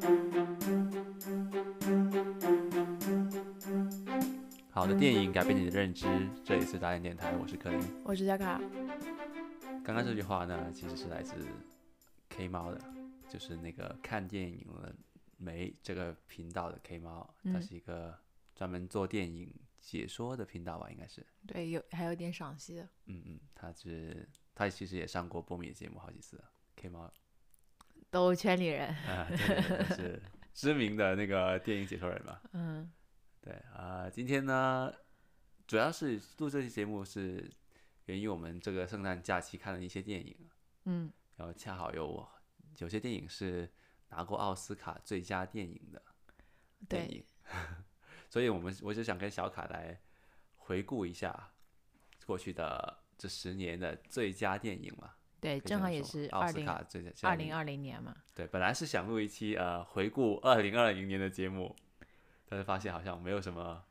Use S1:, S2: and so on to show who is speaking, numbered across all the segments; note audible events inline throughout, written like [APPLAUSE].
S1: 嗯好的电影改变你的认知，这里是打脸电台，我是柯林。
S2: 我是佳卡，
S1: 刚刚这句话呢，其实是来自 K 猫的，就是那个看电影了没这个频道的 K 猫，它
S2: 嗯
S1: 是一个专门做电影解说的频道吧，应该是。
S2: 对，有还有点赏析的。
S1: 嗯嗯，它是它其实也上过波米的节目好几次了，K 猫 [LAUGHS]
S2: 都圈里人，
S1: 啊，对对对，是知名的那个电影解说人嘛。
S2: 嗯，
S1: 对啊、呃今天呢，主要是录这期节目是源于我们这个圣诞假期看了一些电影，
S2: 嗯，
S1: 然后恰好有我有些电影是拿过奥斯卡最佳电影的电
S2: 对，
S1: 影， [LAUGHS] 所以我们我就想跟小卡来回顾一下过去的这十年的最佳电影嘛，
S2: 对，
S1: 可以
S2: 正
S1: 这
S2: 好
S1: 样
S2: 也
S1: 说
S2: 是
S1: 奥
S2: 二
S1: 斯
S2: 零
S1: 卡最佳最佳
S2: 二
S1: 电影
S2: 零二零年嘛，
S1: 对，本来是想录一期呃回顾二零二零年的节目，但是发现好像没有什么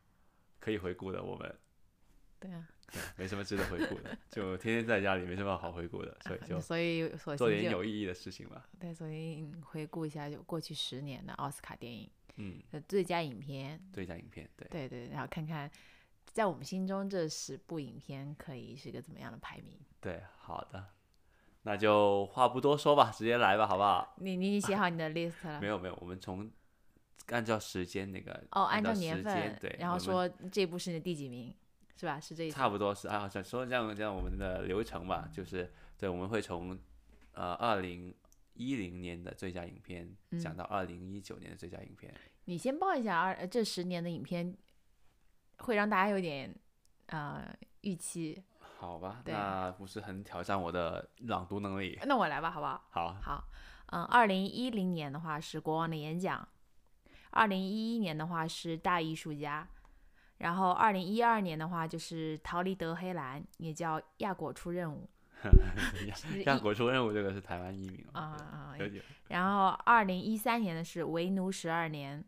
S1: 可以回顾的，我们
S2: 对啊，
S1: 对没什么值得回顾的，就天天在家里没什么好回顾的，所以
S2: [LAUGHS]
S1: 就
S2: 所以索
S1: 做
S2: 性
S1: 点
S2: 就
S1: 有意义的事情吧。
S2: 对，所以回顾一下就过去十年的奥斯卡电影
S1: 嗯，
S2: 的最佳影片，
S1: 最佳影片，对，
S2: 对对，然后看看在我们心中这十部影片可以是个怎么样的排名？
S1: 对，好的，那就话不多说吧，直接来吧，好不好？
S2: 你你你写好你的 list 了
S1: 没？有没有，我们从按照时间那个
S2: 哦，按
S1: 照
S2: 照年
S1: 时间
S2: 份，
S1: 对，
S2: 然后
S1: 我们
S2: 说这部是你的第几名，是吧？是这一
S1: 差不多是啊，想说这样这样我们的流程吧，就是对，我们会从呃二零一零年的最佳影片
S2: 嗯
S1: 讲到二零一九年的最佳影片。
S2: 你先报一下二呃这十年的影片，会让大家有点呃预期。
S1: 好吧，
S2: 对
S1: 那不是很挑战我的朗读能力。
S2: 那我来吧，好不好？
S1: 好， [LAUGHS]
S2: 好，嗯，二零一零年的话是《国王的演讲》，二零一一年的话是《大艺术家》，然后二零一二年的话就是《逃离德黑兰》，也叫《亚果出任务是
S1: [LAUGHS]
S2: 一
S1: 亚果出任务这个是台湾译名》
S2: [LAUGHS] 啊
S1: 啊，
S2: 啊啊
S1: 对。有点
S2: 然后二零一三年的是《为奴十二年》，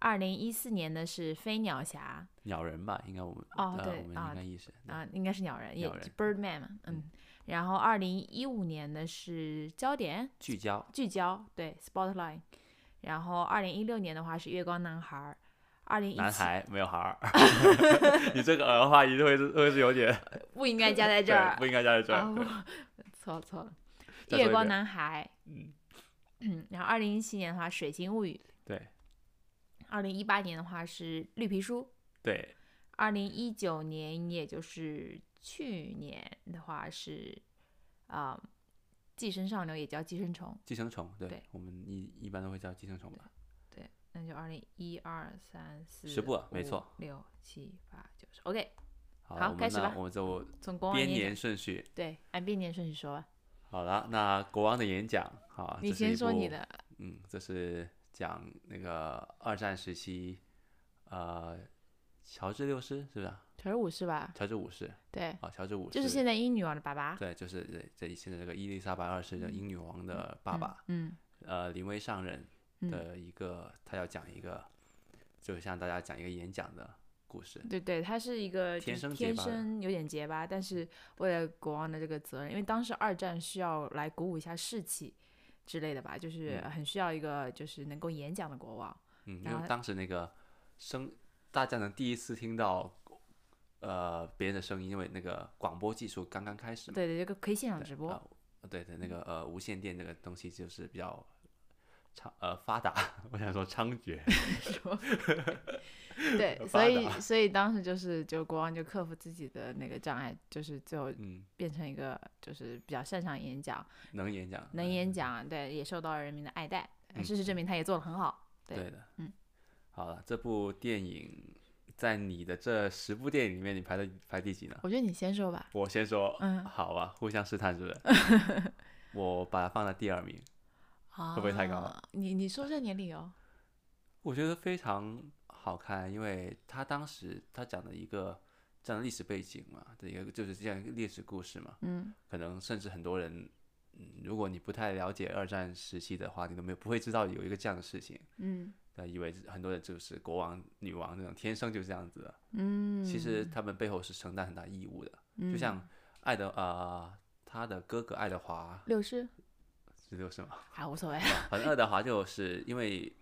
S2: 二零一四年的是《飞鸟侠》，
S1: 鸟人吧，应该我们
S2: 哦
S1: 呃
S2: 对
S1: 我们
S2: 啊
S1: 应该意识
S2: 啊、应该是鸟人，也
S1: 鸟人
S2: Birdman 嘛，嗯。然后二零一五年的是焦点
S1: 聚焦
S2: 聚焦，对 Spotlight。然后二零一六年的话是月光男孩儿，二零一
S1: 男
S2: 七
S1: 孩没有孩
S2: [LAUGHS]
S1: 儿，你这个儿化音会是会是有点
S2: 不应该加在
S1: [LAUGHS]
S2: 这
S1: 对
S2: 儿
S1: 不应该加在这儿
S2: 啊，
S1: 对
S2: 不错了错了，
S1: [LAUGHS] 再说
S2: 月
S1: 一
S2: 光
S1: 遍
S2: 男孩，
S1: 嗯
S2: 嗯。然后二零一七年的话，《水形物语
S1: 对》；
S2: 二零一八年的话是《绿皮书》；
S1: 对
S2: 二零一九年，也就是去年的话是，啊、寄生上流》也叫《寄生虫》。
S1: 寄生虫，对
S2: 对
S1: 我们一一般都会叫寄生虫吧。
S2: 那就二零一二三四
S1: 10部啊没
S2: 五
S1: 错，
S2: 六七八九十，OK，
S1: 好，
S2: 好
S1: 我们
S2: 开始
S1: 呢
S2: 吧，
S1: 我们就
S2: 从国王
S1: 编
S2: 演
S1: 年
S2: 讲
S1: 顺序。
S2: 对，按编年顺序说吧。
S1: 好了，那国王的演讲，好，啊
S2: 你
S1: 这是一
S2: 先说你
S1: 部，
S2: 的，
S1: 嗯，这是讲那个二战时期，呃，乔治六世是不是啊？
S2: 全是武士吧？
S1: 乔治五世
S2: 对，
S1: 啊，乔治五世
S2: 就是现在英女王的爸爸，
S1: 对，就是这这现在这个伊丽莎白二世的英女王的爸爸，
S2: 嗯，
S1: 呃，临危上任
S2: 嗯
S1: 的一个，他要讲一个，就向大家讲一个演讲的故事。
S2: 对对，他是一个
S1: 天
S2: 就是
S1: 生结
S2: 天
S1: 巴的
S2: 生有点结巴，但是为了国王的这个责任，因为当时二战需要来鼓舞一下士气之类的吧，就是
S1: 嗯
S2: 很需要一个就是能够演讲的国王。
S1: 嗯，因
S2: 然
S1: 为
S2: 后
S1: 当时那个声，大家能第一次听到呃别人的声音，因为那个广播技术刚刚开始嘛，
S2: 对对，这个可以现场直播，嗯
S1: 啊对对，那个呃无线电这个东西就是比较昌呃发达， [LAUGHS] 我想说猖
S2: [LAUGHS]
S1: 獗， [LAUGHS]
S2: 对，
S1: 发
S2: 所以
S1: 达
S2: 所以当时就是就国王就克服自己的那个障碍，就是最后
S1: 嗯，
S2: 变成一个就是比较擅长演讲，
S1: 能演讲，
S2: 能
S1: 嗯
S2: 演讲，对，也受到了人民的爱戴。
S1: 嗯
S2: 事实证明他也做得很好。对
S1: 对的，
S2: 嗯，
S1: 好了，这部电影在你的这十部电影里面，你排的排第几呢？
S2: 我觉得你先说吧。
S1: 我先说，
S2: 嗯
S1: 好吧，互相试探是不是？
S2: [LAUGHS]
S1: 我把它放在第二名，
S2: 啊
S1: 不会太高了
S2: 你你说说你的理由。
S1: 我觉得非常好看，因为他当时他讲的一个这样的历史背景嘛，的一个就是这样一个历史故事嘛，
S2: 嗯，
S1: 可能甚至很多人，嗯，如果你不太了解二战时期的话，你都没有不会知道有一个这样的事情，
S2: 嗯
S1: 那以为很多人就是国王、女王那种天生就是这样子的，
S2: 嗯，
S1: 其实他们背后是承担很大义务的，就
S2: 嗯
S1: 像爱德呃他的哥哥爱德华
S2: 六世
S1: 十六是吗？
S2: 啊，无所谓。
S1: 反正爱德华就是因为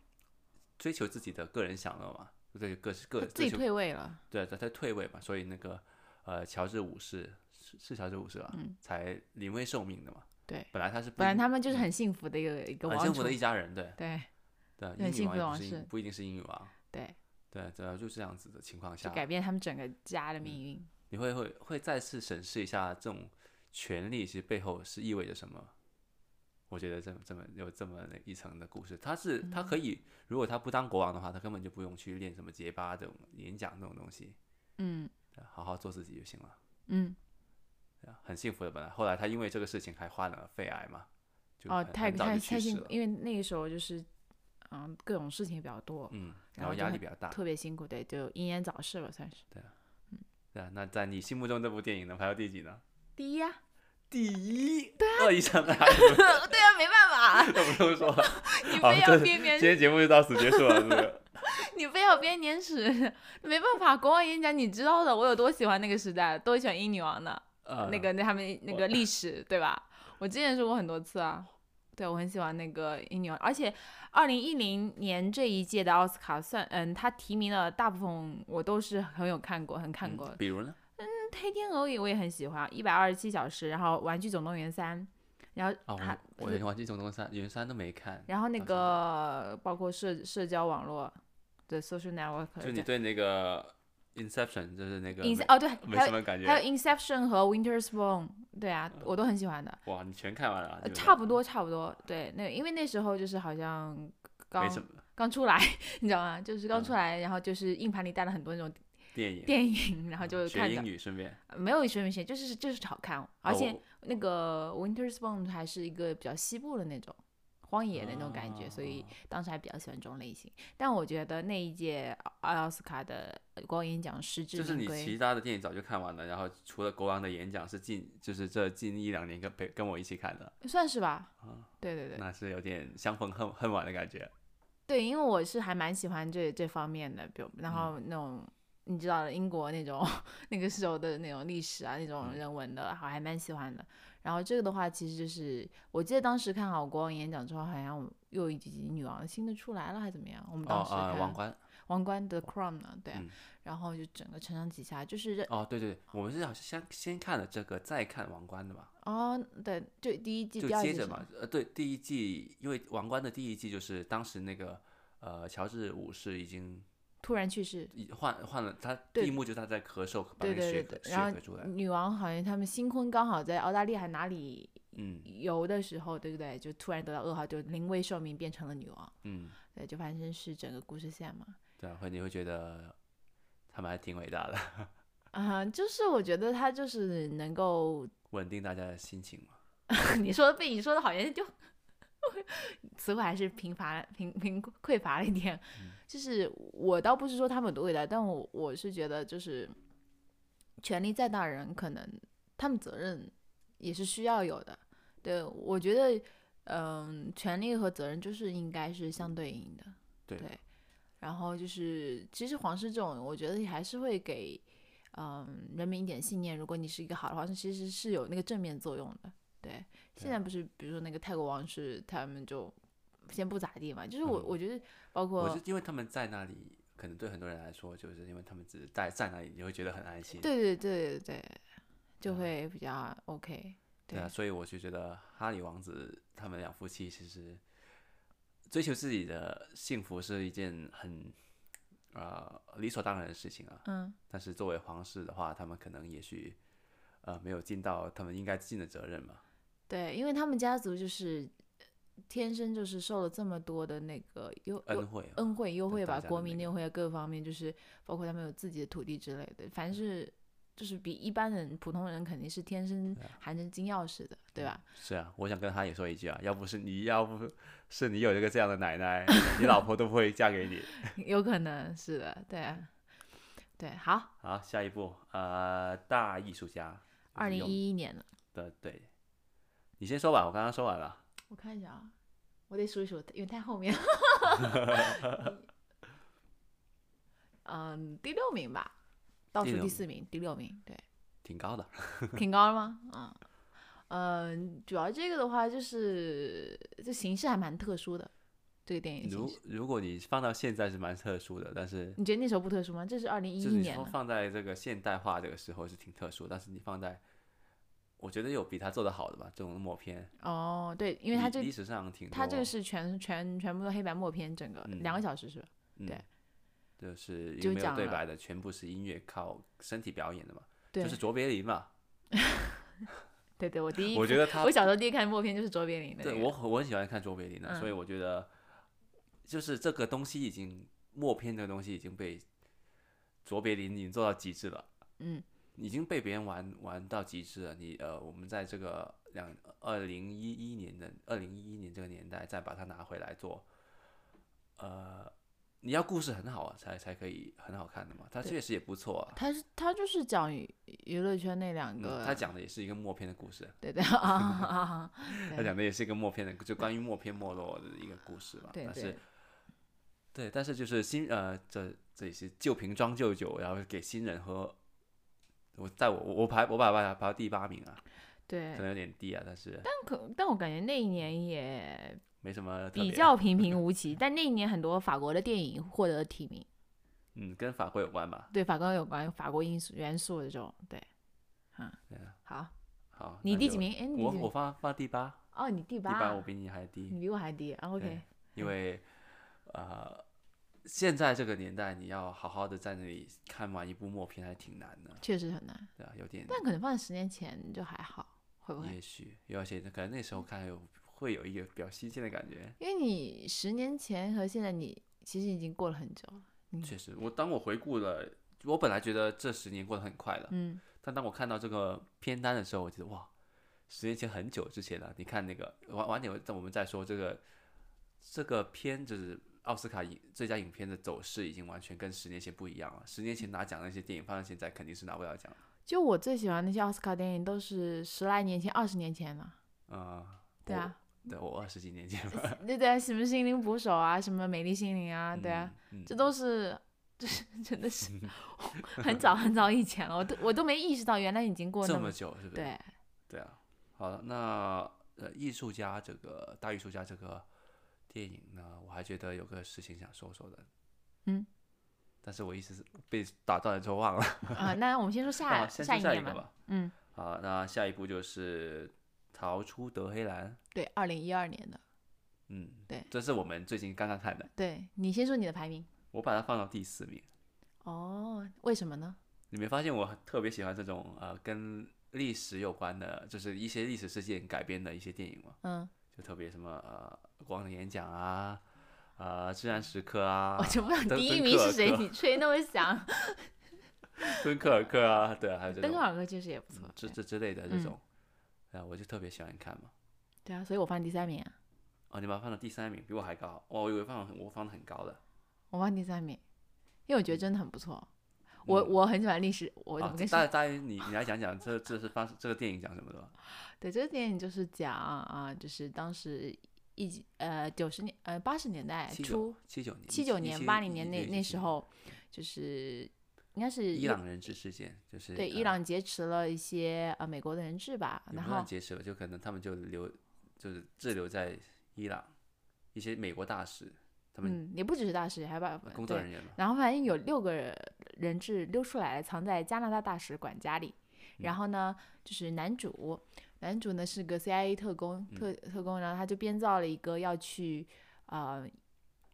S1: 追求自己的个人享乐嘛，对嗯各是
S2: 他
S1: 各
S2: [LAUGHS] 自己
S1: 各
S2: 退位了，
S1: 对，他他退位嘛，所以那个呃乔治五世是是乔治五世吧，
S2: 嗯
S1: 才临危受命的嘛。
S2: 对，
S1: 本来他是不
S2: 本来
S1: 应
S2: 他们就是很幸福的一个一个
S1: 嗯很
S2: 王
S1: 幸福
S2: 储
S1: 的，一家人，对
S2: 对
S1: 对，
S2: 很
S1: 英
S2: 幸
S1: 女
S2: 福的
S1: 王
S2: 王
S1: 也不是
S2: 室
S1: 英不一定是英女王，
S2: 对，
S1: 对对，就这样子的情况
S2: 就
S1: 下，
S2: 改变他们整个家的
S1: 嗯
S2: 命运。
S1: 你会会会再次审视一下这种权利其实背后是意味着什么。我觉得这么这么有这么一层的故事，他是他可以，
S2: 嗯
S1: 如果他不当国王的话，他根本就不用去练什么结巴这种演讲这种东西，
S2: 嗯
S1: 对好好做自己就行了，
S2: 嗯，
S1: 对啊很幸福的。本来后来他因为这个事情还患了肺癌嘛，就
S2: 哦，
S1: 很
S2: 太
S1: 很早
S2: 太
S1: 就
S2: 太
S1: 去世
S2: 辛苦
S1: 了，，
S2: 因为那个时候就是嗯各种事情比较多，
S1: 嗯，然
S2: 然
S1: 后
S2: 后就
S1: 压力
S2: 很
S1: 比较大，
S2: 特别辛苦，对，就英年早逝了算是。
S1: 对啊。那在你心目中这部电影能排到第几呢？
S2: [LAUGHS] 第一啊呀，
S1: 第一， [LAUGHS] 恶意上
S2: [LAUGHS]
S1: 大家都
S2: 对啊，没办法，
S1: [LAUGHS] 都不用说了。
S2: 你
S1: 好
S2: 非
S1: 这
S2: 要
S1: 是
S2: 编年
S1: 今天节目就到此结束了，是不是？
S2: 你非要编年史，没办法，国王演讲你知道的，我有多喜欢那个时代，多喜欢英女王呢？
S1: 呃
S2: 那个那他们那个历史，对吧？我之前说过很多次啊，对我很喜欢那个英女王，而且二零一零年这一届的奥斯卡算，嗯，他提名的大部分我都是很有看过，很看
S1: 嗯
S2: 过。
S1: 比如呢？
S2: 黑天鹅也我也很喜欢，一百二十七小时，然后玩具总动员三，然后
S1: 啊，
S2: 还
S1: 我我连《玩具总动员三》原三都没看，
S2: 然后那
S1: 当时
S2: 个包括社社交网络的 social network，
S1: 就你
S2: 对
S1: 对那个《Inception》就是那个
S2: In
S1: 没
S2: 哦对，
S1: 没
S2: 还
S1: 什
S2: 有
S1: 么感
S2: 还
S1: 觉，嗯
S2: 有 Inception 和 Winter's Bone，对啊，我都很喜欢的。
S1: 哇，你全看完了啊，
S2: 呃
S1: 基本
S2: 差
S1: 上
S2: 不多，差不多。对，那因为那时候就是好像刚
S1: 没什么
S2: 刚出来， [LAUGHS] 你知道吗？就是刚出
S1: 嗯
S2: 来，然后就是硬盘里带了很多那种
S1: 电影，
S2: 电影，然后
S1: 嗯
S2: 就
S1: 学
S2: 看
S1: 英
S2: 着，
S1: 语，顺便，
S2: 没有学明显，就是就是好看。而
S1: 哦
S2: 且
S1: 我
S2: 那个 Winter's Bone 还是一个比较西部的那种荒野的那种感觉，所以
S1: 啊
S2: 当时还比较喜欢这种类型。但我觉得那一届奥奥斯卡的光影奖实至
S1: 就是
S2: 名
S1: 你
S2: 归。
S1: 其他的电影早就看完了，然后除了国王的演讲是近，就是这近一两年跟陪跟我一起看的，
S2: 算是吧
S1: 啊。
S2: 对对对
S1: 那是有点相逢恨恨晚的感觉。
S2: 对，因为我是还蛮喜欢这这方面的，比如
S1: 嗯
S2: 然后那种、你知道的英国那种 [LAUGHS] 那个时候的那种历史啊，那种
S1: 嗯
S2: 人文的，好还蛮喜欢的。然后这个的话，其实就是我记得当时看好国王演讲之后，好像我又一集女王新的出来了，还怎么样？我们
S1: 哦
S2: 当时看、
S1: 啊，王冠，
S2: 王冠的 crown 呢，对啊、
S1: 嗯
S2: 然后就整个承上启下，就是这
S1: 哦，对对，对我们是好像先先看了这个，再看王冠的吧。
S2: 哦，对，就第一季、
S1: 就
S2: 第二季
S1: 接着
S2: 是
S1: 嘛
S2: 吗，，
S1: 呃，对，第一季，因为《王冠》的第一季就是当时那个呃，乔治五世已经
S2: 突然去世，
S1: 已换换了，他
S2: 对
S1: 第一幕就是他在咳嗽，把
S2: 对
S1: 那个
S2: 对
S1: 血
S2: 对
S1: 咳
S2: 对，
S1: 血
S2: 然
S1: 咳
S2: 后
S1: 出来，
S2: 女王好像他们新婚刚好在澳大利亚还哪里
S1: 嗯
S2: 游的时候，对不对？就突然得到噩耗，就临危受命变成了女王。
S1: 嗯，
S2: 对，就反正是整个故事线嘛。
S1: 对啊，会你会觉得他们还挺伟大的， [LAUGHS]
S2: 啊、就是我觉得他就是能够，
S1: 稳定大家的心情嘛。
S2: [LAUGHS] 你说被你说的好像就 [LAUGHS] 词汇还是贫乏贫贫匮乏了一点。 [LAUGHS] 就是我倒不是说他们有多伟大，但我我是觉得就是权力再大的人，可能他们责任也是需要有的。对，我觉得，嗯，权力和责任就是应该是相对应的。
S1: 对
S2: 对，然后就是，其实皇室这种，我觉得还是会给，嗯，人民一点信念。如果你是一个好的皇室，其实是有那个正面作用的。对，现在
S1: 啊
S2: 不是，比如说那个泰国王室，他们就先不咋地嘛。就是我，
S1: 嗯
S2: 我觉得，包括
S1: 我是因为他们在那里，可能对很多人来说，就是因为他们只是在在那里，你会觉得很安心。
S2: 对对对对对，就
S1: 嗯
S2: 会比较 OK。
S1: 对啊，所以我就觉得哈利王子他们两夫妻其实追求自己的幸福是一件很呃理所当然的事情啊。
S2: 嗯，
S1: 但是作为皇室的话，他们可能也许呃没有尽到他们应该尽的责任嘛。
S2: 对，因为他们家族就是天生就是受了这么多的那个优
S1: 恩
S2: 优
S1: 惠啊、
S2: 恩惠优
S1: 对
S2: 惠
S1: 大
S2: 吧，
S1: 家
S2: 国
S1: 的
S2: 民
S1: 那
S2: 优惠啊，各方面就是包括他们有自己的土地之类的，凡是就是比一般人普通人肯定是天生
S1: 啊
S2: 含着金钥匙的，对吧？
S1: 是啊，我想跟他也说一句啊，要不是你，要不是你有一个这样的奶奶，你老婆都不会嫁给你。 [LAUGHS]
S2: [LAUGHS] 有可能是的，对啊对，好，
S1: 好，下一步呃，大艺术家，
S2: 二
S1: 就是
S2: 零
S1: 用
S2: 一一年了，
S1: 的对，你先说吧，我刚刚说完了。
S2: 我看一下啊，我得数一数，因为太后面了。
S1: [LAUGHS]
S2: 嗯，第六名吧，倒
S1: 第
S2: 数
S1: 六
S2: 第
S1: 名
S2: 四名，第六名，对。
S1: 挺高的，
S2: 挺高的吗？嗯，嗯，主要这个的话就是这形式还蛮特殊的，这个电影的形
S1: 如
S2: 式。
S1: 如果你放到现在是蛮特殊的，但是
S2: 你觉得那时候不特殊吗？这是二零一
S1: 就
S2: 一
S1: 是你
S2: 年
S1: 说
S2: 了
S1: 放在这个现代化这个时候是挺特殊，但是你放在，我觉得有比他做的好的吧，这种默片，
S2: 哦，对，因为它
S1: 历
S2: 这
S1: 历史上挺多，
S2: 它这个是全全全部都黑白默片，整个
S1: 嗯
S2: 两个小时是吧？
S1: 嗯
S2: 对，
S1: 就是
S2: 就
S1: 有没有
S2: 讲
S1: 对
S2: 了
S1: 白的，全部是音乐靠身体表演的嘛，
S2: 对
S1: 就是卓别林嘛，
S2: 对对，我第一
S1: 我觉得他
S2: 我小时候第一看默片就是卓别林的那
S1: 对
S2: 个，
S1: 我很我很喜欢看卓别林的，所以
S2: 嗯
S1: 我觉得就是这个东西已经默片这个东西已经被卓别林已经做到极致了，
S2: 嗯，
S1: 已经被别人玩玩到极致了。你呃，我们在这个两二零一一年的二零一一年这个年代再把它拿回来做，呃，你要故事很好啊，才才可以很好看的嘛。它
S2: 对
S1: 确实也不错啊，
S2: 他是他就是讲娱娱乐圈那两个，
S1: 嗯它讲的也是一个默片的故事，
S2: 对对啊啊啊，
S1: 它
S2: 对
S1: 讲的也是一个默片的，就关于默片没落的一个故事吧。
S2: 对
S1: 但是
S2: 对
S1: 对，但是就是新呃，这这也是旧瓶装旧酒，然后给新人喝。我在我我我排我把把它排到第八名啊，
S2: 对
S1: 可，能有点低啊，但是
S2: 但可但我感觉那一年也
S1: 没什么特别 [LAUGHS]
S2: 比较平平无奇，但那一年很多法国的电影获得了提名，
S1: 嗯，跟法国有关吧。
S2: 对法国有关法国因素元素的这种，对，嗯，好，
S1: 好，啊
S2: 你
S1: 那
S2: 第
S1: 就
S2: 几？名？哎，你第
S1: 我
S2: 几
S1: 我
S2: 名？
S1: 放放第八，
S2: 哦，你第
S1: 第八
S2: 八
S1: 我，比你还低，
S2: 你比我还低啊，OK，
S1: 对因为呃，现在这个年代你要好好的在那里看完一部默片还挺难的，
S2: 确实很难，
S1: 对啊吧？有点，
S2: 但可能放在十年前就还好，会不会？
S1: 也许，而且可能那时候看有会有一个比较新鲜的感觉。
S2: 因为你十年前和现在你其实已经过了很久了，
S1: 确实，我当我回顾了，我本来觉得这十年过得很快的，
S2: 嗯，
S1: 但当我看到这个片单的时候，我觉得哇，十年前很久之前了。你看那个晚晚点我，我们再说这个这个片，就是奥斯卡影最佳影片的走势已经完全跟十年前不一样了。十年前拿奖的那些电影放到现在肯定是拿不了奖了。
S2: 就我最喜欢那些奥斯卡电影都是十来年前、二十年前了，
S1: 嗯，
S2: 对啊，
S1: 我，对我二十几年前吧，
S2: 对对啊，什么心灵捕手啊，什么美丽心灵 [LAUGHS] 啊，对啊，
S1: 嗯，嗯
S2: 这都是，这是真的是很早很早以前了，我都我都没意识到，原来已经过
S1: 这
S2: 那
S1: 么久是不是？
S2: 对，
S1: 对啊，好了，那呃，艺术家这个大艺术家这个电影呢，我还觉得有个事情想说说的，
S2: 嗯，
S1: 但是我一时被打断了之后忘了，
S2: 啊。那我
S1: [LAUGHS]
S2: 们先说
S1: 那
S2: 下
S1: 好哦先
S2: 下
S1: 说
S2: 一
S1: 下一
S2: 年
S1: 个
S2: 吧，
S1: 吧。
S2: 嗯，
S1: 好，那下一步就是逃出德黑兰，
S2: 对，二零一二年的，
S1: 嗯，
S2: 对
S1: 这是我们最近刚刚看的，
S2: 对你先说你的排名
S1: 我把它放到第四名。
S2: 哦，为什么呢？
S1: 你没发现我特别喜欢这种呃跟历史有关的，就是一些历史事件改编的一些电影吗？
S2: 嗯，
S1: 就特别什么呃光的演讲啊，呃自然时刻啊
S2: 嗯哦我，就问
S1: 敦
S2: 第一
S1: 敦
S2: 名
S1: 刻
S2: 是
S1: 尔
S2: 谁，
S1: 克
S2: 你吹那么响，
S1: 敦刻尔克啊，对啊， [LAUGHS] 还有这
S2: 登
S1: 种
S2: 克尔克确实也不错
S1: 嗯，这这之类的这种，啊、我就特别喜欢看嘛。
S2: 对啊，所以我放第三名啊，
S1: 哦，你把它放到第三名，比我还高。哦，我以为放很我放的很高的。
S2: 我放第三名，因为我觉得真的很不错。我我很喜欢历史，我怎
S1: 嗯啊
S2: 么跟，
S1: 大大你你来讲讲这这是发这个电影讲什么的吧？
S2: 对，这个电影就是讲啊，就是当时一几呃九十年呃八十年代
S1: 79
S2: 初，
S1: 七九年，
S2: 七九年八零
S1: 17
S2: 年那
S1: 17
S2: 那时候，就是应该是
S1: 伊朗人质事件就是呃
S2: 对伊朗劫持了一些呃美国的人质吧，
S1: 也
S2: 然
S1: 不算
S2: 后
S1: 劫持吧，就可能他们就留就是滞留在伊朗一些美国大使，他们
S2: 嗯也不只是大使，还把
S1: 工作
S2: 嗯对
S1: 人员嘛。
S2: 然后反正有六个人质溜出来了，藏在加拿大大使馆家里。
S1: 嗯
S2: 然后呢，就是男主，男主呢是个 CIA 特工，
S1: 嗯
S2: 特特工，然后他就编造了一个要去呃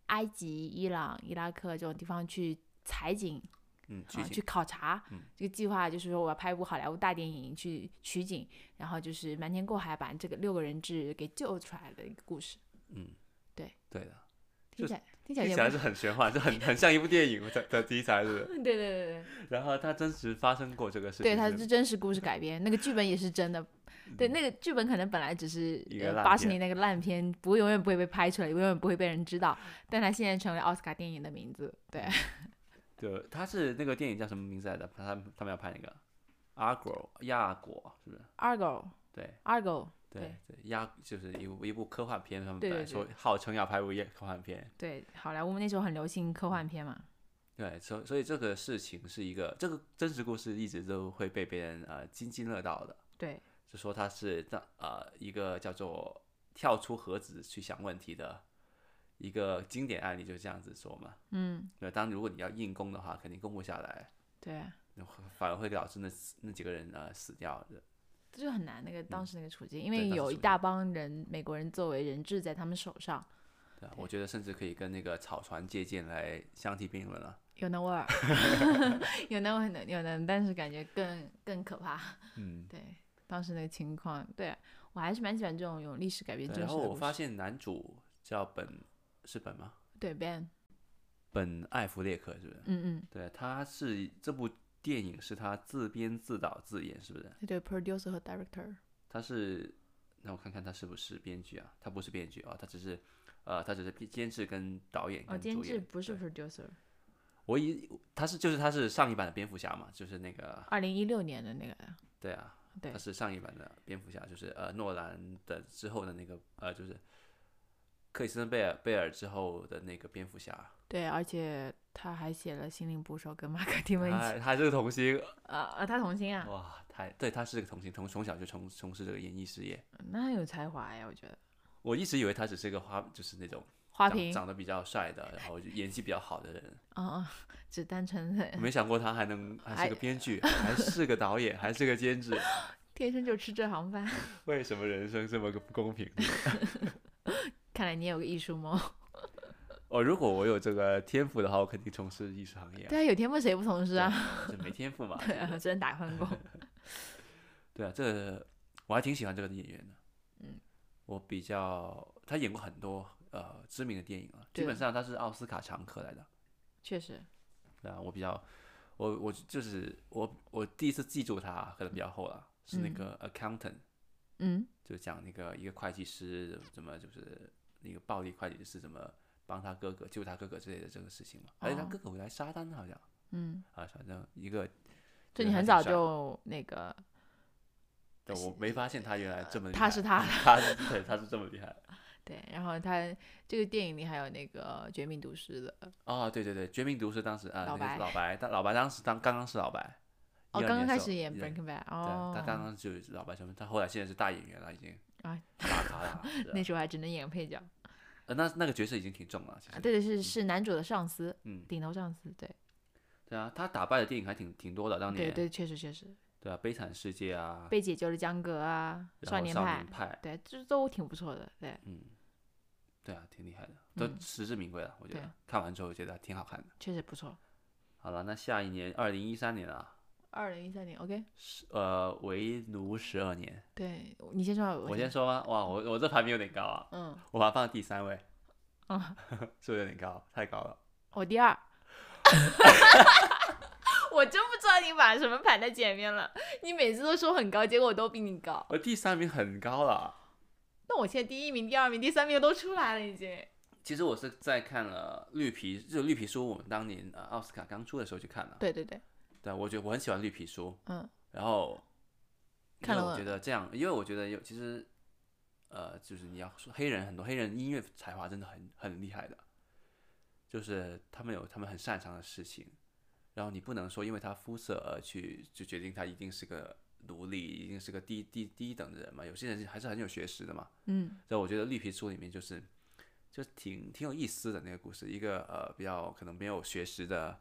S2: 埃及、伊朗、伊拉克这种地方去采景
S1: 嗯，
S2: 啊
S1: 剧，情
S2: 去考察。
S1: 嗯
S2: 这个计划就是说我要拍一部好莱坞大电影去取景，然后就是瞒天过海把这个六个人质给救出来的一个故事。
S1: 嗯，
S2: 对
S1: 对的，就
S2: 听起来听起来
S1: 听起
S2: 有点
S1: 来是很玄
S2: [LAUGHS]
S1: 幻，就很很像一部电影的的题材，是不是？
S2: 不 [LAUGHS] 对对对对。
S1: 然后它真实发生过这个事情，
S2: 对，它
S1: 是
S2: 是真实故事改编，那个剧本也是真的。对，那个剧本可能本来只是
S1: 嗯
S2: 呃
S1: 一个烂
S2: 八十
S1: 片
S2: 年代那个烂片，不永远不会被拍出来，永远不会被人知道，但它现在成为奥斯卡电影的名字。对，
S1: 嗯就它是那个电影叫什么名字来着？他他们要拍那个阿果亚果，是不是？
S2: Argo
S1: 对
S2: Argo，
S1: 对对，亚就是一部一部科幻片，他们
S2: 对
S1: 本来
S2: 对对
S1: 说号称要拍部夜科幻片，
S2: 对，好莱坞那时候很流行科幻片嘛。
S1: 对，所所以这个事情是一个这个真实故事一直都会被别人呃津津乐道的，
S2: 对，
S1: 就说它是当呃一个叫做跳出盒子去想问题的一个经典案例就是这样子说嘛。
S2: 嗯，
S1: 对吧，当如果你要硬攻的话，肯定攻不下来，
S2: 对，
S1: 那会反而会导致那那几个人呃死掉的。
S2: 这就很难。那个当时那个处境，因为
S1: 嗯对当时
S2: 有一
S1: 处境
S2: 大帮人美国人作为人质在他们手上，
S1: 对啊，我觉得甚至可以跟那个草船借箭来相提并论了。
S2: 有那味儿， [LAUGHS] 有那味儿，有那，但是感觉更更可怕。
S1: 嗯，
S2: 对，当时那个情况，对我还是蛮喜欢这种用历史改编真
S1: 然
S2: 实
S1: 后
S2: 的
S1: 我
S2: 故
S1: 发
S2: 事
S1: 现男主叫本是本吗？
S2: 对 Ben，
S1: 本艾弗列克是不是？
S2: 嗯
S1: 对，他是这部电影是他自编自导自演，是不是？
S2: 嗯，对，producer 和 director，
S1: 他是，那我看看他是不是编剧啊？他不是编剧啊，他只是，呃，他只是监制跟导演
S2: 哦，
S1: 跟
S2: 监
S1: 主
S2: 制
S1: 演。
S2: 不是
S1: 对
S2: producer，
S1: 我以他是就是他是上一版的蝙蝠侠嘛，就是那个
S2: 二零一六年的那个，
S1: 对啊，
S2: 对
S1: 他是上一版的蝙蝠侠，就是呃诺兰的之后的那个呃就是克里斯汀贝尔贝尔之后的那个蝙蝠侠，
S2: 对，而且他还写了《心灵捕手》跟马克蒂文一
S1: 他哦
S2: 起，
S1: 他这个童星
S2: 呃呃，他童星啊，
S1: 哇，太对，他是个童星，从从小就从从事这个演艺事业。
S2: 那很有才华呀，我觉得。
S1: 我一直以为他只是个花，就是那种
S2: 花
S1: 长
S2: 瓶，
S1: 长得比较帅的，然后演技比较好的人，
S2: 嗯嗯， [LAUGHS] 只单纯的
S1: 我没想过他还能还
S2: 还
S1: 是个编剧，还是个导演，还是个监制。
S2: 天生就吃这行饭。 [LAUGHS]
S1: 为什么人生这么个不公平？
S2: 看来你也有个艺术梦。
S1: [LAUGHS] 哦，如果我有这个天赋的话，我肯定从事艺术行业啊。
S2: 对啊，有天赋谁不从事啊？
S1: 这没天赋嘛？
S2: [LAUGHS] 对
S1: 对不
S2: 啊，
S1: 对
S2: 真打份
S1: [LAUGHS]
S2: 工。
S1: 对啊，这我还挺喜欢这个演员的。
S2: 嗯，
S1: 我比较他演过很多呃知名的电影啊，基
S2: 对
S1: 本上他是奥斯卡常客来的。
S2: 确实，
S1: 对啊，我比较，我我就是我我第一次记住他可能比较后了，是那
S2: 嗯
S1: 个 accountant，、
S2: 嗯，
S1: 就讲那个一个会计师怎么就是那个暴力会计师怎么帮他哥哥救他哥哥之类的这个事情嘛，而哎且他
S2: 哦
S1: 哥哥回来杀单好像
S2: 嗯，
S1: 啊，反正一个，
S2: 就
S1: 对
S2: 你
S1: 还挺
S2: 很早
S1: 帅
S2: 就那个，
S1: 对我没发现他原来这么厉
S2: 他
S1: 害
S2: 是他
S1: 他是对他是这么厉害
S2: 对，然后他这个电影里还有那个《绝命毒师》的，
S1: 哦，对对对，《绝命毒师》当时啊，
S2: 老
S1: 那个
S2: 白
S1: 老白，但老白当时当刚刚是老白，12
S2: 哦，刚
S1: 年
S2: 刚开
S1: 的时
S2: 始
S1: 候
S2: 演《
S1: 对
S2: Breaking Bad》哦
S1: 对，，他刚刚就是老白身份，他后来现在是大演员了，已经
S2: 啊
S1: 大咖了。是啊
S2: [LAUGHS] 那时候还只能演配角啊，
S1: 呃，那那个角色已经挺重了，其实。
S2: 对对是是男主的上司，
S1: 嗯，
S2: 顶头上司，对
S1: 对啊，他打败的电影还挺挺多的，当年
S2: 对对，确实确实
S1: 对啊，《悲惨世界》啊，
S2: 被解救了江格啊，
S1: 然后
S2: 少
S1: 少
S2: 年派，
S1: 派，
S2: 对，这都挺不错的，对，
S1: 嗯，对啊，挺厉害的，都
S2: 嗯
S1: 实至名归了，我觉
S2: 对
S1: 得看完之后觉得挺好看的。
S2: 确实不错。
S1: 好了，那下一年二零一三年啊，
S2: 二零一三年，OK，
S1: 是呃，为奴十二年，
S2: 对你先说吧，
S1: 我先说吗？哇，我我这排名有点高啊，
S2: 嗯
S1: 我把它放第三位，
S2: 嗯，
S1: [LAUGHS] 是不是有点高？太高了。
S2: 我第二。 [LAUGHS] 我真不知道你把什么排在前面了，你每次都说很高，结果我都比你高。
S1: 我呃第三名很高了。
S2: 那我现在第一名、第二名、第三名都出来了，已经。
S1: 其实我是在看了绿皮，就绿皮书，我们当年呃奥斯卡刚出的时候就看了。
S2: 对对对，
S1: 对，啊我觉得我很喜欢绿皮书，
S2: 嗯，
S1: 然后因
S2: 看
S1: 为
S2: 了
S1: 我
S2: 吗
S1: 觉得这样，因为我觉得有其实，呃，就是你要说黑人很多黑人音乐才华真的很很厉害的，就是他们有他们很擅长的事情，然后你不能说因为他肤色而去就决定他一定是个奴隶，一定是个低低低等的人嘛，有些人还是很有学识的嘛，
S2: 嗯，
S1: 所以我觉得《绿皮书》里面就是就挺挺有意思的那个故事，一个呃比较可能没有学识的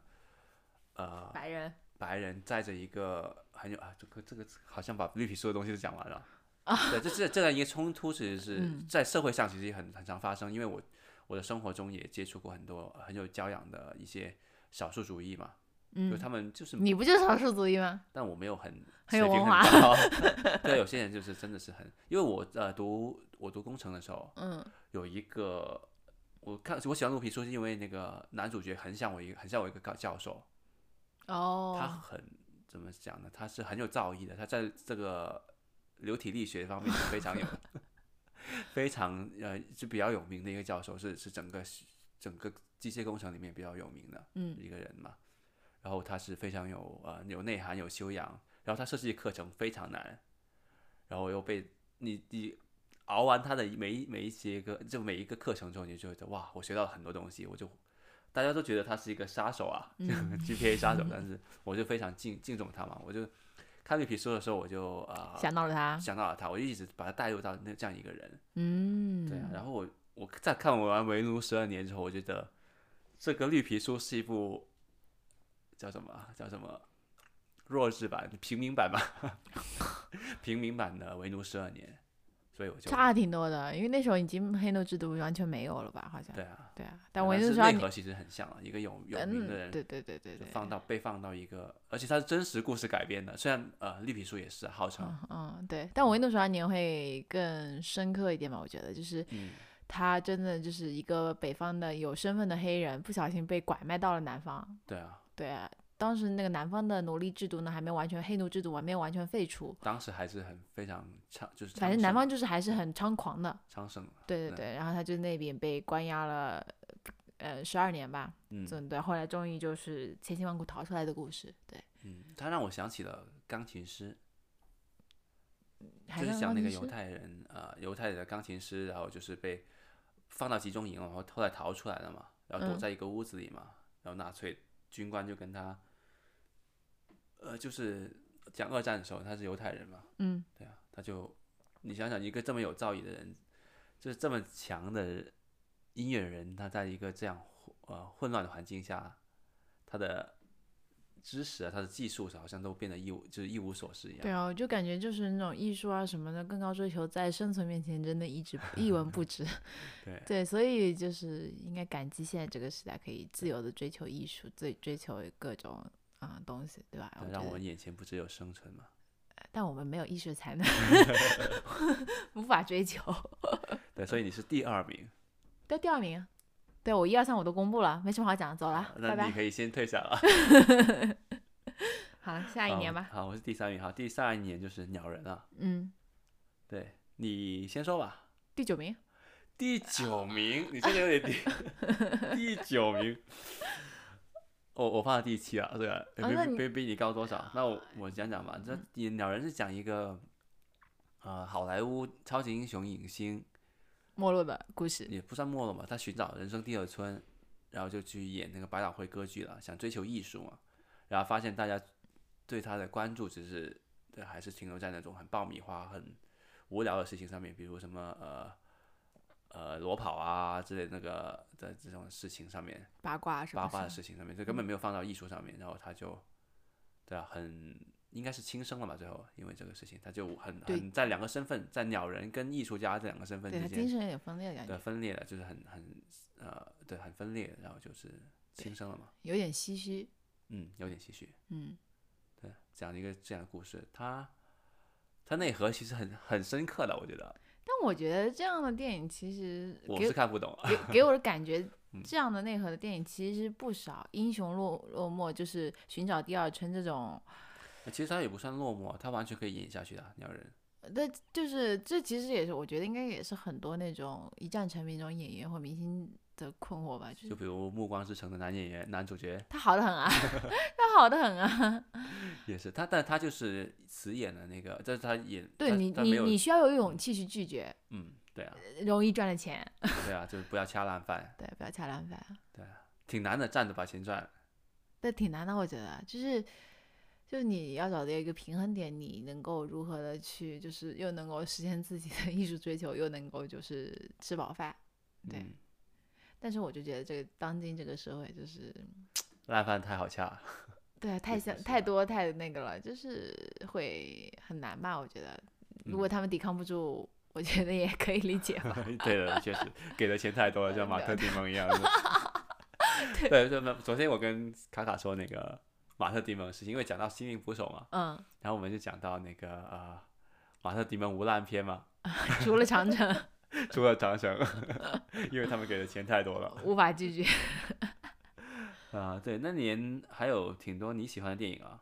S1: 呃
S2: 白人
S1: 白人载着一个很有啊，这个这个好像把绿皮书的东西都讲完了。对，这这这样一个冲突，其实是
S2: 啊嗯
S1: 在社会上其实也很很常发生，因为我我的生活中也接触过很多很有教养的一些少数主义嘛，就他们就是，
S2: 嗯你不就是少数族裔吗？
S1: 但我没有很
S2: 很有
S1: 水平
S2: 文化 [LAUGHS]
S1: 高对，有些人就是真的是很，因为我呃读我读工程的时候，
S2: 嗯，
S1: 有一个我看我喜欢绿皮书是因为那个男主角很像我一个很像我一个高教授，他
S2: 哦，
S1: 很怎么讲呢？他是很有造诣的，他在这个流体力学方面是非常有， [LAUGHS] 非常呃就比较有名的一个教授，是是整个整个机械工程里面比较有名的
S2: 嗯
S1: 一个人嘛。然后他是非常有呃有内涵、有修养，然后他设计的课程非常难，然后又被你你熬完他的每一每一节课，就每一个课程之后，你就觉得哇，我学到了很多东西，我就大家都觉得他是一个杀手啊、g
S2: 嗯
S1: [LAUGHS] p a 杀手，但是我就非常敬敬重他嘛，我就看绿皮书的时候，我就啊、呃
S2: 想到了他，
S1: 想到了他，我就一直把他带入到那这样一个人，
S2: 嗯，
S1: 对啊，然后我我在看完《为奴十二年》之后，我觉得这个《绿皮书》是一部叫什么啊叫什么弱智版、平民版吧， [LAUGHS] 平民版的《为奴十二年》，所以我就
S2: 嗯差了挺多的，因为那时候已经黑奴制度完全没有了吧？好像
S1: 对啊，
S2: 对啊，但
S1: 我
S2: 维
S1: 是
S2: 奴说
S1: 内核其实很像啊了，一个有有名的人
S2: 嗯，对对对对
S1: 就
S2: 对，
S1: 放到被放到一个，而且它是真实故事改编的，虽然呃《绿皮书》也是号称
S2: 嗯嗯，对，但我维诺十二年会更深刻一点吧，我觉得就是
S1: 嗯
S2: 他真的就是一个北方的有身份的黑人，不小心被拐卖到了南方。
S1: 对啊，
S2: 对啊、当时那个南方的奴隶制度呢，还没有完全黑奴制度还没有完全废除，
S1: 当时还是很非常昌，就是
S2: 反正
S1: 昌
S2: 南
S1: 盛
S2: 方就是还是很猖狂的。
S1: 昌盛了，
S2: 对对
S1: 嗯
S2: 对，然后他就那边被关押了呃十二年吧，
S1: 嗯
S2: 嗯对，后来终于就是千辛万苦逃出来的故事。对，
S1: 嗯，它让我想起了钢琴师，
S2: 还
S1: 就是
S2: 让
S1: 讲
S2: 钢
S1: 那个
S2: 琴师
S1: 犹太人呃犹太人的钢琴师，然后就是被放到集中营，然后后来逃出来了嘛，然后躲
S2: 嗯
S1: 在一个屋子里嘛，然后纳粹军官就跟他，呃，就是讲二战的时候他是犹太人嘛，
S2: 嗯
S1: 对啊，他就你想想，一个这么有造诣的人，就是这么强的音乐人，他在一个这样混呃混乱的环境下，他的知识啊，他的技术好像都变得一无就是一无所知一样。
S2: 对啊，我就感觉就是那种艺术啊什么的，更高追求在生存面前真的
S1: [LAUGHS]
S2: 一直一文不值。
S1: 对
S2: 对，所以就是应该感激现在这个时代可以自由的追求艺术，追追求各种啊、东西，对吧？
S1: 但
S2: 我觉
S1: 让
S2: 得
S1: 我们眼前不只有生存嘛。
S2: 但我们没有艺
S1: [LAUGHS]
S2: 术才能，无法追求。嗯
S1: 对，所以你是第二名，
S2: 对，第二名啊，对我一二三我都公布了，没什么好讲的，走了
S1: 好，
S2: 啊拜
S1: 那你
S2: 拜。
S1: 可以先退下了。
S2: 好了，下一
S1: 好
S2: 年吧。
S1: 好，我是第三名。好，第三年就是鸟人了。
S2: 嗯，
S1: 对你先说吧。
S2: 第九名，
S1: 第九名，你这个有点低。第九名，我我放到第七啊，对吧？
S2: 啊那
S1: 比
S2: 你嗯
S1: 比比你高多少？那我我讲讲吧。这《鸟人》是讲一个，呃，好莱坞超级英雄影星，
S2: 没落的故事。
S1: 也不算没落嘛，他寻找人生第二春，然后就去演那个百老汇歌剧了，想追求艺术嘛。然后发现大家对他的关注只是，对，还是停留在那种很爆米花、很无聊的事情上面，比如什么呃呃裸跑啊之类的那个的这种事情上面，
S2: 八卦啊什么
S1: 八
S2: 的？
S1: 卦的事情上
S2: 嗯
S1: 面，就根本没有放到艺术上面。然后他就，对啊，很应该是轻生了吧？最后因为这个事情，他就很
S2: 对
S1: 很在两个身份，在鸟人跟艺术家这两个身份
S2: 对
S1: 之
S2: 他
S1: 间，
S2: 精神有点分裂的感觉
S1: 对，，分裂了，就是很很呃，对，很分裂，然后就是轻生了嘛，
S2: 有点唏嘘。
S1: 嗯，有点唏嘘，
S2: 嗯，
S1: 对，讲了一个这样的故事，它它内核其实很很深刻的，我觉得
S2: 但我觉得这样的电影其实
S1: 我
S2: 给
S1: 是看不懂，啊
S2: 给给我的感觉
S1: [LAUGHS] 嗯，
S2: 这样的内核的电影其实不少。英雄落落寞就是寻找第二春这种，
S1: 其实它也不算落寞，它完全可以演下去的，鸟人，
S2: 那就是这其实也是我觉得应该也是很多那种一战成名这种演员或明星的困惑吧，就。
S1: 就是比如《暮光之城》的男演员男主角
S2: 他好的很啊， [LAUGHS] 他好的很啊。 [LAUGHS]
S1: 也是他，但他就是死演了那个，但是他演
S2: 对
S1: 他
S2: 你，
S1: 他没
S2: 你
S1: 有
S2: 你需要有勇气去拒绝
S1: 嗯，对啊，
S2: 容易赚的钱，
S1: 对啊，就是不要掐烂饭，
S2: 对，不要恰烂饭。
S1: 挺难的，站着把钱赚，
S2: 但挺难的，我觉得就是就是你要找到一个平衡点，你能够如何的去，就是又能够实现自己的艺术追求，又能够就是吃饱饭。对
S1: 嗯，
S2: 但是我就觉得这个当今这个社会就是，
S1: 烂饭太好掐了，
S2: 对啊，太
S1: 确
S2: 像
S1: 实
S2: 太
S1: 是
S2: 多太那个了，就是会很难吧？我觉得，如果
S1: 嗯
S2: 他们抵抗不住，我觉得也可以理解
S1: [LAUGHS]
S2: 吧。
S1: 对的，确实给的钱太多了，像马特·迪蒙
S2: [LAUGHS]
S1: 一样的。对，对，没昨天我跟卡卡说那个马特·迪蒙是因为讲到《心灵捕手》嘛，
S2: 嗯，
S1: 然后我们就讲到那个呃马特·迪蒙无烂片
S2: [LAUGHS]
S1: 嘛，
S2: 除了长城
S1: 除了长城， [LAUGHS] 因为他们给的钱太多了
S2: 无法拒绝。 [LAUGHS]
S1: 啊、对，那年还有挺多你喜欢的电影啊，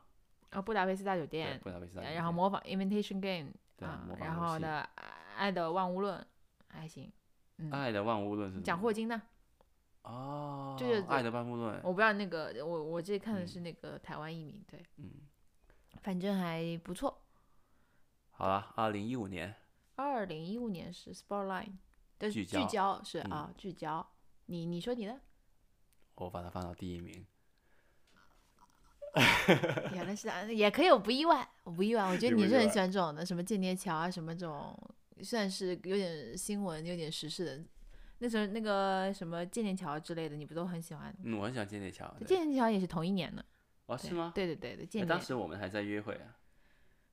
S2: 啊，布达佩斯大酒
S1: 对，
S2: 店，
S1: 布达佩斯大酒店
S2: 然后模仿 Invitation Game，
S1: 对
S2: 啊
S1: 模仿
S2: 然
S1: 游
S2: 后
S1: 戏
S2: 呢，啊爱的万物论还行，嗯，
S1: 爱的万物论是什么
S2: 讲霍金呢，
S1: 哦，
S2: 就是
S1: 爱的万物论，
S2: 我不知道那个我我这看的
S1: 嗯
S2: 是那个台湾译名，对，
S1: 嗯，
S2: 反正还不错。
S1: 好了，二零一五年
S2: 二零一五年是 Spotlight，但
S1: 聚
S2: 是聚
S1: 焦
S2: 焦是
S1: 嗯
S2: 啊，聚焦。你你说你的，
S1: 我把它放到第一名，
S2: 原来是啊，也可以，我不意外，我不意外，我觉
S1: 也
S2: 得
S1: 不
S2: 你
S1: 意
S2: 是很
S1: 外
S2: 喜欢这种的，什么间谍桥啊，什么这种算是有点新闻、有点时事的那时候那个什么剑剑桥啊之类的，你不都很喜欢？
S1: 嗯，我很喜欢剑剑桥。对
S2: 剑剑桥也是同一年的，
S1: 哦，
S2: 对
S1: 是吗？
S2: 对对对对，
S1: 那
S2: 剑
S1: 当
S2: 剑
S1: 时我们还在约会啊。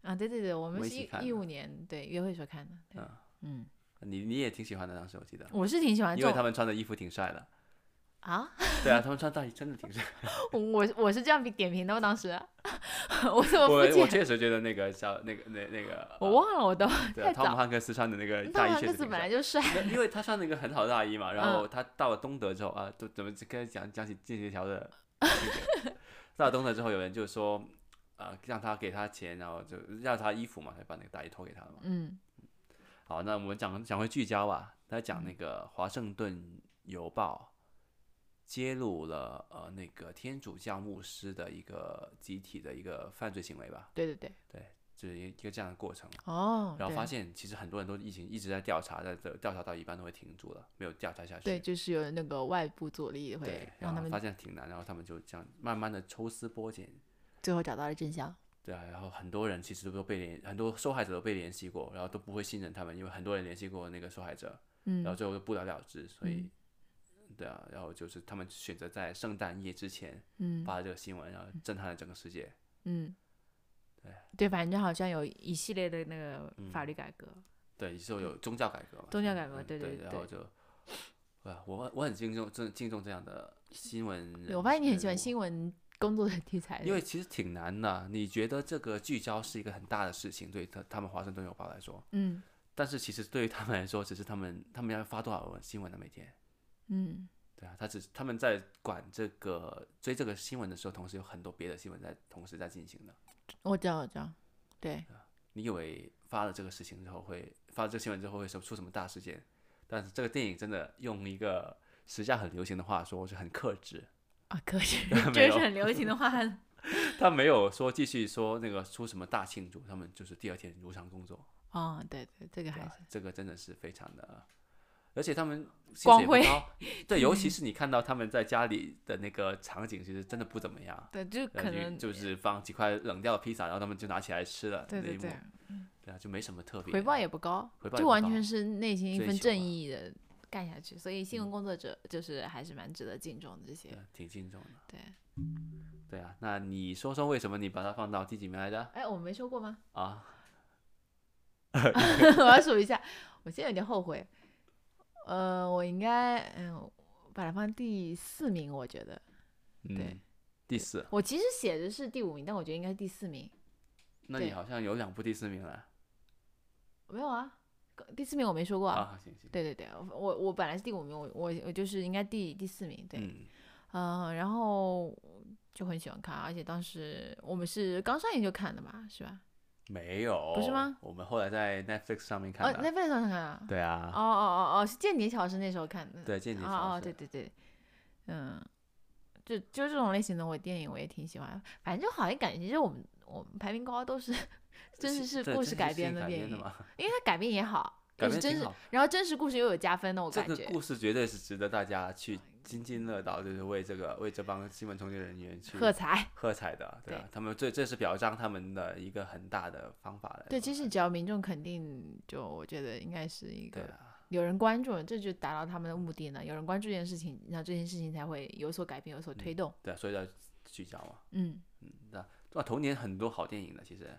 S2: 啊，对对对，我们
S1: 我一
S2: 是
S1: 起
S2: 一
S1: 看的
S2: 一五年对约会时候看的。对
S1: 嗯
S2: 嗯，
S1: 你你也挺喜欢的，当时我记得，
S2: 我是挺喜欢
S1: 因
S2: 这
S1: 为他
S2: 种
S1: 们穿的衣服挺帅的。
S2: 啊， [LAUGHS]
S1: 对啊，他们穿大衣真的挺帅。
S2: 我我我是这样点评的吗，我当时 [LAUGHS] 我怎么
S1: 我
S2: 不
S1: 我
S2: 记？
S1: 确实觉得那个小那个那那个，
S2: 我忘了，我都
S1: 呃对啊，
S2: 太
S1: 汤姆
S2: 早
S1: 汉克斯穿的那个大
S2: 大
S1: 衣
S2: 王
S1: 确
S2: 个
S1: 实
S2: 字
S1: 挺
S2: 本来
S1: 帅。
S2: 就帅，
S1: 那因为他穿了一个很好的大衣嘛，然
S2: 嗯
S1: 后他到了东德之后啊，都怎么跟讲讲起剑桥的这个，到了东德之后，有人就说，啊，让他给他钱，然后就要他衣服嘛，他就把那个大衣脱给他了嘛。
S2: 嗯
S1: 好，那我们讲讲回聚焦吧，他讲
S2: 嗯
S1: 那个《华盛顿邮报》揭露了呃那个天主教牧师的一个集体的一个犯罪行为吧，
S2: 对对对，
S1: 就是一个这样的过程。
S2: 哦，
S1: 然后
S2: 对
S1: 发现其实很多人都一直一直在调查，在这调查到一半都会停住了，没有调查下去。
S2: 对，就是有那个外部阻力
S1: 对
S2: 会，
S1: 然
S2: 让
S1: 后
S2: 他们
S1: 发现挺难，然后他们就这样慢慢的抽丝剥茧。
S2: 最后找到了真相。
S1: 对啊，然后很多人其实都被联，很多受害者都被联系过，然后都不会信任他们，因为很多人联系过那个受害者，然后
S2: 嗯
S1: 最后就不了了之，所以，对啊，然后就是他们选择在圣诞夜之前
S2: 嗯
S1: 发这个新闻，然后震撼了整个世界。
S2: 嗯，对，反正好像有一系列的那个
S1: 嗯
S2: 法律改革。
S1: 对，之后有宗教改革嘛，
S2: 宗
S1: 嗯
S2: 教改革
S1: 嗯
S2: 对对
S1: 对，
S2: 对
S1: 然后就，啊，我我很敬重这敬重这样的新闻人。
S2: 对我发现你很喜欢
S1: 人物
S2: 新闻工作的题材，
S1: 因为其实挺难的。你觉得这个聚焦是一个很大的事情，对他他们华盛顿邮报来说，
S2: 嗯
S1: 但是其实对于他们来说，只是他们他们要发多少文新闻呢？每天，
S2: 嗯
S1: 对啊，他只他们在管这个追这个新闻的时候，同时有很多别的新闻在同时在进行的。
S2: 我知道我知道，对，
S1: 你以为发了这个事情之后会发了这个新闻之后会什出什么大事件，但是这个电影真的用一个时下很流行的话说，是很克制，
S2: 啊，可是
S1: [LAUGHS] 没
S2: 这
S1: 有
S2: 是很流
S1: [LAUGHS]
S2: 行的话， [LAUGHS]
S1: 他没有说继续说那个出什么大庆祝，他们就是第二天如常工作。
S2: 哦，对对，这个
S1: 对啊
S2: 还
S1: 吧
S2: 是
S1: 这个真的是非常的，而且他们薪
S2: 光
S1: 水也不
S2: 辉 [LAUGHS]
S1: 高，对，尤其是你看到他们在家里的那个场景，其实真的不怎么样。
S2: 对，就
S1: 然
S2: 可
S1: 后
S2: 能
S1: 呃就就是放几块冷掉的披萨，然后他们就拿起来吃了，
S2: 对
S1: 那
S2: 对
S1: 一幕
S2: 对，
S1: 对啊，就没什么特别的。
S2: 回报也不高
S1: 回，报也
S2: 就
S1: 不
S2: 完
S1: 高
S2: 全是内心一
S1: 追
S2: 份
S1: 求
S2: 正
S1: 嘛
S2: 义的干下去，所以新闻工作者就是还是蛮值得敬重的这些
S1: 嗯对，啊挺敬重的。
S2: 对，
S1: 对啊，那你说说为什么你把它放到第几名来着？
S2: 哎，我没说
S1: [LAUGHS]
S2: 过吗？ [LAUGHS]
S1: 啊，
S2: 我要数一下，我现在有点后悔。呃，我应该嗯、把它放第四名，我觉得。
S1: 嗯、
S2: 对，
S1: 第四。
S2: 我其实写的是第五名，但我觉得应该是第四名。
S1: 那你
S2: 对
S1: 好像有两部第四名了
S2: 没有啊，第四名我没说过。
S1: 啊，行行，
S2: 对对对，我我本来是第五名，我我我就是应该第第四名。对，
S1: 嗯，
S2: 嗯、然后就很喜欢看，而且当时我们是刚上映就看的吧，是吧？
S1: 没有，
S2: 不是吗？
S1: 我们后来在 Netflix 上面
S2: 哦
S1: 看，的。
S2: 那份上看啊。
S1: 对啊
S2: 哦，哦哦哦，是《间谍桥》是那时候看的。
S1: 对，间谍
S2: 哦
S1: 桥
S2: 哦，
S1: 是
S2: 对对对，嗯，就就这种类型的我电影我也挺喜欢，反正好像感觉就是我们我们排名高
S1: [LAUGHS]
S2: 都是真实是
S1: 对
S2: 故
S1: 真
S2: 事
S1: 实
S2: 改
S1: 事
S2: 编
S1: 情
S2: 的
S1: 改
S2: 电
S1: 编
S2: 影，
S1: 的
S2: [LAUGHS]
S1: 嘛，
S2: 因为它改编也好，
S1: 改
S2: 又
S1: 编
S2: 是真
S1: 挺
S2: 实
S1: 好，。
S2: 然后真实故事又有加分的，我
S1: 这
S2: 感
S1: 个
S2: 觉。
S1: 故事绝对是值得大家去津津乐道，就是为这个为这帮新闻从业人员去
S2: 喝
S1: [LAUGHS]
S2: 彩，
S1: 喝彩的，对啊，他们这这是表彰他们的一个很大的方法来
S2: 对，
S1: 说
S2: 其实只要民众肯定，就我觉得应该是一
S1: 对
S2: 个
S1: 啊，
S2: 有人关注，这就达到他们的目的呢。有人关注这件事情，那这件事情才会有所改变，有所推动。
S1: 对啊，所以要聚焦嘛。
S2: 嗯，
S1: 哇，童年很多好电影的，其实啊，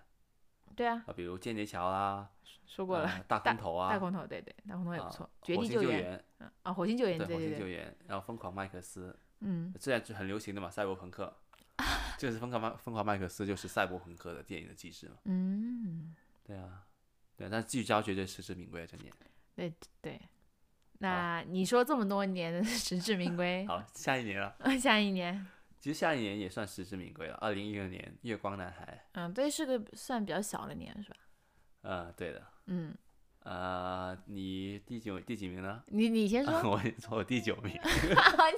S2: 对啊，
S1: 比如《间谍桥》啊，
S2: 说过了。
S1: 呃大空头啊，
S2: 大空头，对对，大空头也不
S1: 啊
S2: 错，绝
S1: 火
S2: 地
S1: 星救
S2: 援》
S1: 援，
S2: 嗯啊，火星救援，
S1: 对，火
S2: 对
S1: 星救
S2: 对，
S1: 援，然后疯狂麦克斯，
S2: 嗯，
S1: 这样就很流行的嘛，赛博朋
S2: [LAUGHS]
S1: 克，就是疯狂麦疯狂麦克斯就是赛博朋克的电影的机制嘛，
S2: 嗯，
S1: 对啊，对啊，但聚焦绝对实至名归啊，这点。
S2: 哎对。那你说这么多年的 [LAUGHS] 实至名归，
S1: 啊
S2: 呃
S1: 好，下一年了，
S2: 下一年，
S1: 其实下一年也算实至名归了。二零一六年《月光男孩
S2: 嗯，对，是个算比较小的年，是吧？》，
S1: 呃，对的，
S2: 嗯，
S1: 呃，你第九第几名呢？
S2: 你你
S1: [LAUGHS]
S2: 先说， [LAUGHS]
S1: 我我第九名，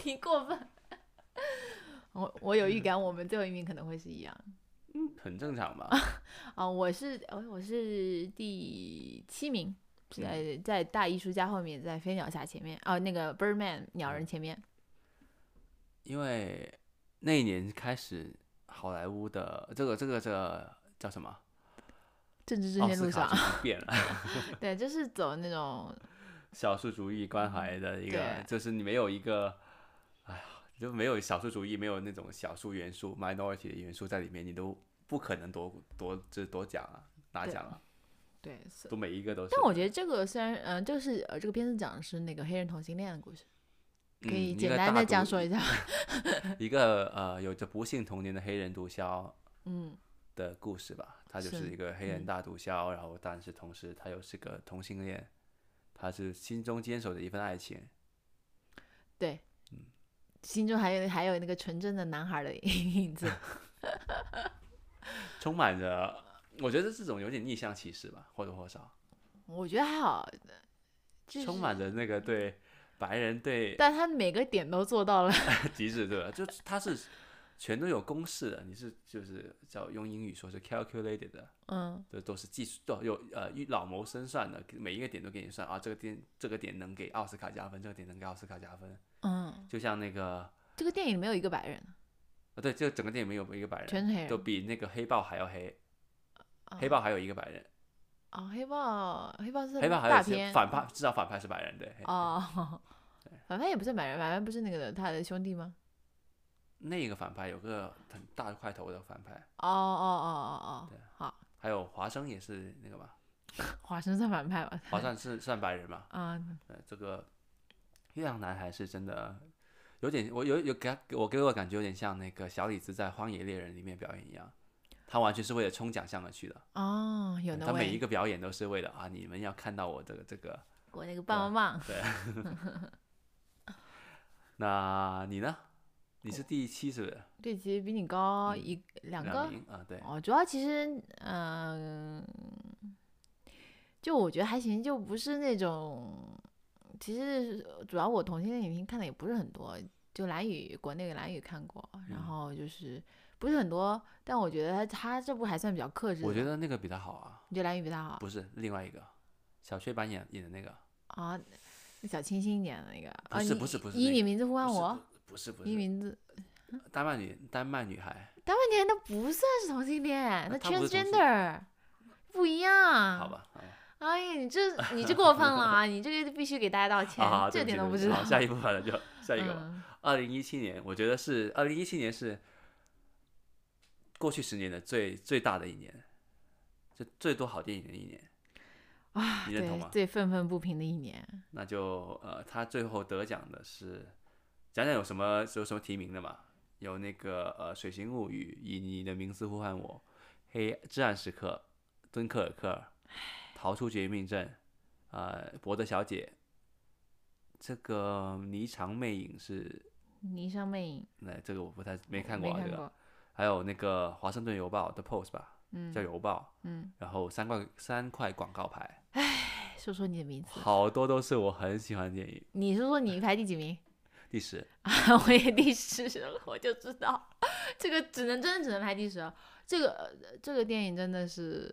S2: 你过分。 [LAUGHS] 我我有预感，我们最后一名可能会是一样
S1: 很正常吧？
S2: 啊、我是我我是第七名，是在在大艺术家后面，在飞鸟侠前面，哦、那个 Birdman 鸟人前面，
S1: 因为那一年开始，好莱坞的这个这个这个叫什么？
S2: 政治正
S1: 奥
S2: 确
S1: 斯
S2: 路 [LAUGHS]
S1: 卡
S2: 上
S1: 就，不变了，
S2: 对，就是走那种
S1: 少数族裔关怀的一个
S2: 对，
S1: 就是你没有一个，哎呀，就没有少数族裔，没有那种少数元素 （minority） 的元素在里面，你都不可能夺夺这夺奖啊，拿
S2: 对
S1: 奖啊，
S2: 对，所以
S1: 都每一个都是。
S2: 但我觉得这个虽然，嗯、呃，就是呃，这个片子讲的是那个黑人同性恋的故事，
S1: 嗯
S2: 可以简单的讲述
S1: 一
S2: 一
S1: 个
S2: 下。 [LAUGHS]
S1: 大独一个呃有着不幸童年的黑人毒枭
S2: 嗯，
S1: 的故事吧。他就是是一个黑人
S2: 嗯
S1: 大毒枭，然后但是同时他又是个同性恋，他是心中坚守着一份爱情。
S2: 对，心中还有还有那个纯真的男孩的影 [LAUGHS] 子。
S1: 充满着，我觉得这种有点逆向歧视吧，或多或少
S2: 我觉得还好，就是嗯
S1: 充满着那个对白人对
S2: 但他每个点都做到了。
S1: [LAUGHS] 极致，对吧？就是它是全都有公式的，你是就是叫用英语说是 calculated 的，
S2: 嗯，
S1: 这都是技术都有呃预老谋深算的，每一个点都给你算啊，这个点这个点能给奥斯卡加分，这个点能给奥斯卡加分，
S2: 嗯，
S1: 就像那个
S2: 这个电影里没有一个白人，
S1: 啊对，就整个电影没有一个白人，
S2: 全是黑
S1: 都
S2: 人。
S1: 比那个黑豹还要黑，
S2: 啊
S1: 黑豹还有一个白人，
S2: 啊、黑豹，黑豹是
S1: 黑豹还有
S2: 大
S1: 一些
S2: 片
S1: 反派，至少反派是白人，对，黑 [LAUGHS]
S2: 哦，反派也不是白人，反派不是那个他的兄弟吗？
S1: 那个反派有个很大块头的反派，
S2: 哦哦哦哦
S1: 对
S2: 哦，好，
S1: 还有华生也是那个吧，
S2: 华生算反派吧？
S1: 华生是算白人嘛？
S2: 啊，
S1: 呃，这个月亮男孩是真的有点，我有有给他我给我感觉有点像那个小李子在《荒野猎人》里面表演一样，他完全是为了冲奖项而去的，
S2: 哦，有
S1: 对
S2: 那
S1: 他
S2: 位，
S1: 每一个表演都是为了啊，你们要看到我这个这个。
S2: 我那个棒棒棒，
S1: 那你呢？你是第七是不是？
S2: 这其实比你高
S1: 嗯
S2: 一、两个
S1: 名啊，对，
S2: 哦，主要其实，嗯、就我觉得还行，就不是那种，其实主要我同性恋影片看的也不是很多，就蓝宇国内的蓝宇看过，然
S1: 嗯
S2: 后就是不是很多，但我觉得他他这部还算比较克制的。
S1: 我觉得那个比他好啊，
S2: 你觉得蓝宇比他好
S1: 不是另外一个小雀斑演演的那个，
S2: 啊？那小清新一点的那个，
S1: 不
S2: 啊
S1: 是
S2: 你
S1: 不是不是
S2: 以
S1: 那
S2: 你
S1: 个
S2: 名字呼唤
S1: 不是
S2: 我，
S1: 不是不
S2: 以你
S1: 是
S2: 名字，
S1: 丹麦女丹麦女孩。
S2: 但问题那不算是同性恋，
S1: 那他不是同性
S2: transgender 不一样。
S1: 好吧，嗯好吧
S2: 哎呀，你这你这过分了啊！你这个必须给大家道歉，
S1: 好好，
S2: 这
S1: 啊对
S2: 点
S1: 起
S2: 都
S1: 对
S2: 知
S1: 起
S2: 道。
S1: 好，下一部反正就下一个吧。
S2: 嗯，
S1: 二零一七年，我觉得是二零一七年是过去十年的最最大的一年，就最多好电影的一年。
S2: 啊，
S1: 你认同
S2: 对
S1: 吗
S2: 最愤愤不平的一年，
S1: 那就呃，他最后得奖的是，讲讲有什么有什么提名的嘛？有那个呃，《水形物语》，以你的名字呼唤我，黑至暗时刻，敦刻尔克，逃出绝命镇，呃，博德小姐，这个霓裳魅影是
S2: 《霓裳魅影》
S1: 那这个我不太没看
S2: 没
S1: 过啊，
S2: 看
S1: 这个
S2: 过，
S1: 还有那个《华盛顿邮报》的 Post 吧，叫
S2: 嗯
S1: 邮报，
S2: 嗯，
S1: 然后三块三块广告牌，
S2: 哎说说你的名字，
S1: 好多都是我很喜欢的电影。
S2: 你说说你排第几
S1: [LAUGHS]
S2: 名？
S1: 第十，
S2: 我也第十了，我就知道，这个只能真的只能排第十了。这个呃这个电影真的是，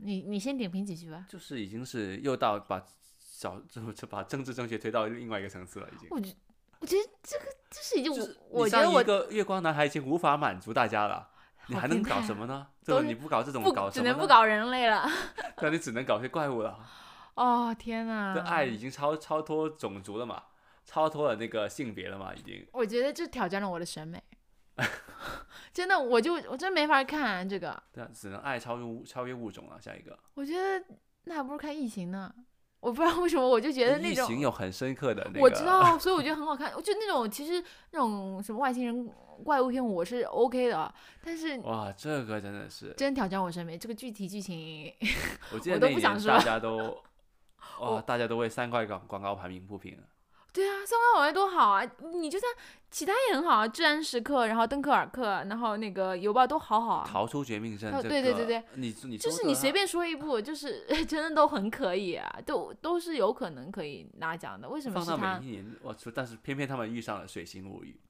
S2: 你你先点评几句吧。
S1: 就是已经是又到把小就就把政治正确推到另外一个层次了，已经。
S2: 我觉我觉得这个这是已经
S1: 就是
S2: 我我
S1: 你
S2: 觉得
S1: 上
S2: 我
S1: 一个月光男孩已经无法满足大家了，你
S2: 好
S1: 还
S2: 变
S1: 能搞
S2: 态
S1: 什
S2: 啊
S1: 么呢？
S2: 都
S1: 对吧？
S2: 是
S1: 你不搞这种，
S2: 不
S1: 搞
S2: 只
S1: 什么
S2: 能
S1: 呢？
S2: 不搞人类了。 [LAUGHS]
S1: 那你只能搞些怪物了。
S2: 哦天呐！
S1: 这爱已经超超脱种族了嘛，超脱了那个性别了嘛，已经。
S2: 我觉得这挑战了我的审美， [LAUGHS] 真的，我就我真没法看这个。
S1: 对啊，只能爱超越物超越物种了。下一个，
S2: 我觉得那还不如看《异形》呢。我不知道为什么，我就觉得那
S1: 异
S2: 种
S1: 形有很深刻的那个，
S2: 我知
S1: [LAUGHS]
S2: 道，所以我觉得很好看。就那种其实那种什么外星人怪物片，我是 OK 的，但是
S1: 哇，这个真的是，
S2: 真挑战我审美，这个具体剧情 [LAUGHS]
S1: 我记
S2: 我
S1: 得
S2: 都
S1: 那一
S2: 不想
S1: 年
S2: 说
S1: 大家
S2: [LAUGHS]
S1: 都，
S2: 我
S1: 哇，大家都为三块广广告排名不平。
S2: 对啊，三观好像多好啊！你就算其他也很好啊，《治安时刻》，然后《敦刻尔克》，然后那个《邮报》都好好啊。
S1: 逃出绝命镇
S2: 哦，
S1: 这
S2: 对对对
S1: 个
S2: 对，
S1: 你你
S2: 就
S1: 说
S2: 是
S1: 的
S2: 你随
S1: 啊
S2: 便说一部，就是 [LAUGHS] 真的都很可以啊，都都是有可能可以拿奖的。为什么
S1: 放
S2: 是
S1: 到
S2: 他
S1: 每一年，我说，但是偏偏他们遇上了《水星物语》，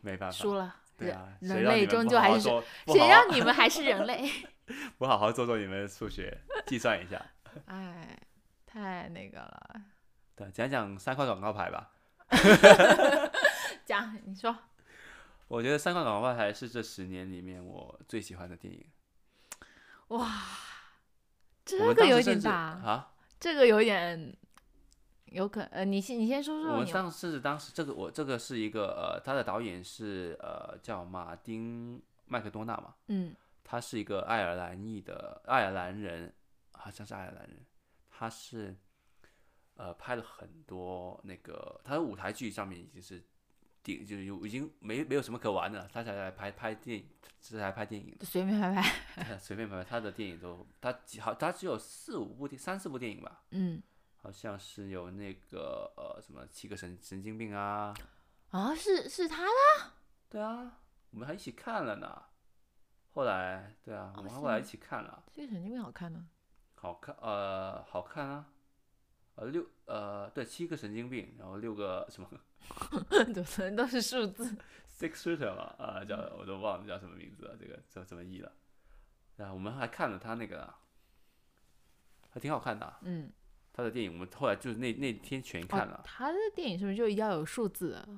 S1: 没办
S2: 输
S1: 法，
S2: 了？
S1: 对
S2: 人
S1: 啊，谁
S2: 人
S1: 让你
S2: 类
S1: 们
S2: 终
S1: 不
S2: 究
S1: 好
S2: 还
S1: 好
S2: 是
S1: 做不好啊
S2: 谁
S1: 好
S2: 让你们还是
S1: [LAUGHS]
S2: 人类？
S1: 不好好做做你们的数学计算一下？
S2: 哎，太那个了。
S1: 对，讲讲三块广告牌吧。
S2: 讲，你说
S1: 我觉得三块广告牌是这十年里面我最喜欢的电影。
S2: 哇，
S1: 我
S2: 这
S1: 们
S2: 个
S1: 当
S2: 有
S1: 时
S2: 点
S1: 甚至
S2: 大，
S1: 啊，
S2: 这个有点有可呃，你先你先说说
S1: 我
S2: 你
S1: 上次当时这个我这个是一个呃，他的导演是呃叫马丁麦克多纳嘛，
S2: 嗯
S1: 他是一个爱尔兰裔的爱尔兰人，好像是爱尔兰人，他是呃拍了很多那个他的舞台剧上面已经是顶，就是有已经没没有什么可玩的了，他才来拍拍电影，是来拍电影
S2: 随便拍拍，
S1: 的， [LAUGHS] 随便拍拍他的电影都他几好他只有四五部电三四部电影吧，
S2: 嗯
S1: 好像是有那个呃什么七个神神经病啊，
S2: 啊是是他的
S1: 对啊，我们还一起看了呢。后来，对啊，我们
S2: 哦
S1: 后来
S2: 是
S1: 一起看了，
S2: 这个神经病好
S1: [LAUGHS]
S2: 看呢、
S1: 好看，呃，好看啊，呃，六，呃，对，七个神经病，然后六个什么
S2: 怎么可能都是数字？
S1: six shooter 嘛，啊、叫我都忘了叫什么名字了，这个怎怎么译了？然后我们还看了他那个啊，还挺好看的啊、
S2: 嗯，
S1: 他的电影我们后来就是那那天全看
S2: 哦
S1: 了、
S2: 他的电影是不是就要有数字啊？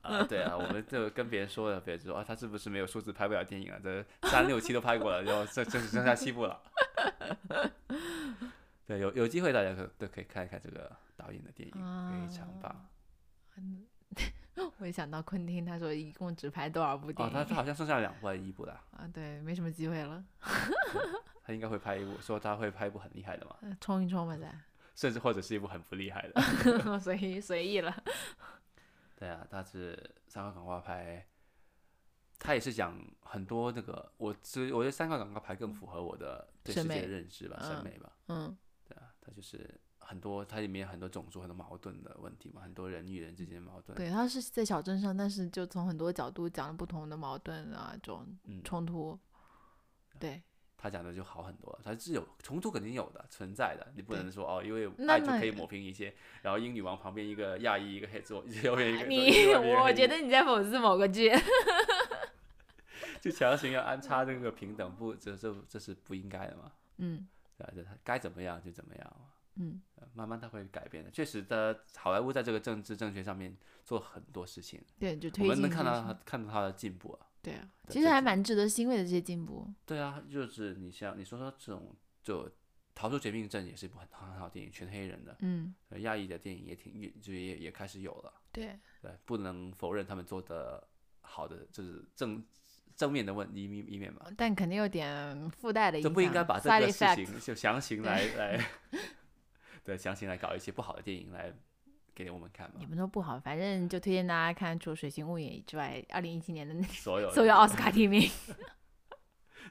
S1: 啊，对啊，我们就跟别人说了，别人说啊，他是不是没有数字拍不了电影啊？这三六七都拍过了，然后这这只剩下七部了。 [LAUGHS] 对，有有机会大家可都可以看一看这个导演的电影，非常棒。
S2: [LAUGHS] 我也想到昆汀，他说一共只拍多少部电
S1: 哦，
S2: 影、 [LAUGHS]
S1: 他他好像剩下两部还是一部了，
S2: 啊？对，没什么机会了，
S1: 他应该会拍一部，说他会拍一部很厉害的嘛，
S2: 呃冲一冲吧
S1: 甚至或者是一部很不厉害
S2: [LAUGHS]
S1: 的。
S2: 再， [LAUGHS] 随意随意了。
S1: 对啊，他是三块广告牌，他也是讲很多那个，我只我觉得三块广告牌更符合我的对世
S2: 嗯审
S1: 界
S2: 美
S1: 的认知吧，
S2: 嗯
S1: 审美吧。
S2: 嗯
S1: 对啊，它就是很多，它里面有很多种族、很多矛盾的问题嘛，很多人与人之间的矛盾。，
S2: 对，他是在小镇上，但是就从很多角度讲了不同的矛盾啊，这种
S1: 嗯，
S2: 冲突。对，
S1: 他讲的就好很多了。它是有冲突，肯定有的，存在的。你不
S2: 对
S1: 能说哦，因为
S2: 那
S1: 爱就
S2: 么
S1: 可以抹平一切。然后英女王旁边一个亚裔，一个黑左，右边一个左
S2: 啊哎你
S1: 右边一个
S2: 我
S1: 黑
S2: 觉得你在讽刺某个剧。 [LAUGHS]
S1: 就强行要安插这个平等，不，这这这是不应该的嘛？
S2: 嗯
S1: 对吧？这他该怎么样就怎么样嘛。
S2: 嗯
S1: 呃慢慢他会改变的。确实，的，好莱坞在这个政治正确上面做很多事情，
S2: 对，就推
S1: 我
S2: 进
S1: 们能看
S2: 这些
S1: 到
S2: 事
S1: 他
S2: 情
S1: 看到他的进步啊。
S2: 对啊，
S1: 对
S2: 其实
S1: 这
S2: 还
S1: 是
S2: 蛮值得欣慰的这些进步。
S1: 对啊，就是你像你说说这种就《逃出绝命镇》也是一部很很好的电影，全黑人的，
S2: 嗯，
S1: 呃亚裔的电影也挺也就也也开始有了。
S2: 对，
S1: 对，不能否认他们做的好的就是正正面的问一面一面嘛，
S2: 但肯定有点附带的影
S1: 就
S2: 响。
S1: 不应该把这
S2: side
S1: 个事
S2: effect
S1: 情就强行
S2: 对
S1: 来来，对，强行来搞一些不好的电影来给我们看
S2: 也
S1: 嘛。
S2: 不能说不好，反正就推荐大家看除《水形物语》之外，二零一七年的那
S1: [LAUGHS] 所有
S2: 所
S1: 的
S2: 有奥斯卡提
S1: [LAUGHS]
S2: 名。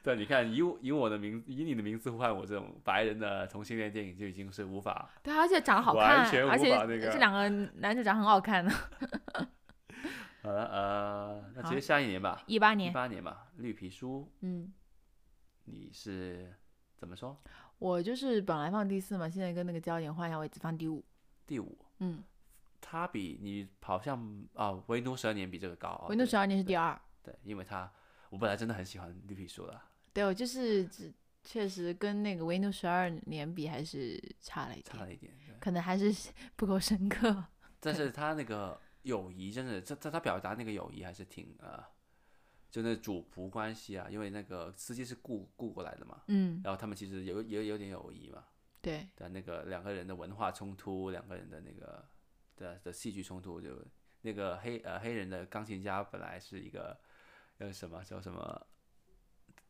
S1: 对，你看以我以我的名以你的名字呼唤我这种白人的同性恋电影就已经是无法
S2: 对，而且长得好
S1: 完
S2: 看，
S1: 全无
S2: 而且
S1: 法那个
S2: 这两个男主长很好看的。
S1: [LAUGHS] 好了呃，那直
S2: 好
S1: 接下一年吧。
S2: 一八
S1: 一
S2: 年，
S1: 八年吧，《绿皮书
S2: 嗯，》，
S1: 你是怎么说？
S2: 我就是本来放第四嘛，现在跟那个焦点换一下位置，放第五。
S1: 第五，
S2: 嗯，
S1: 它比你好像啊，《维奴十二年》比这个高啊。
S2: 维度
S1: 对
S2: 十二年是第二。
S1: 对，因为它我本来真的很喜欢《绿皮书》的，
S2: 对，我就是只确实跟那个维度十二年比还是差了一
S1: 差
S2: 点，
S1: 了一点。对，
S2: 可能还是 [LAUGHS] 不够深刻。
S1: 但是它那个友谊真的，这这它表达那个友谊还是挺呃，就那主仆关系啊，因为那个司机是雇雇过来的嘛，
S2: 嗯，
S1: 然后他们其实有也有点友谊嘛。
S2: 对，
S1: 对啊，那个两个人的文化冲突，两个人的那个的的戏剧冲突，就那个黑呃黑人的钢琴家本来是一个呃什么叫什么，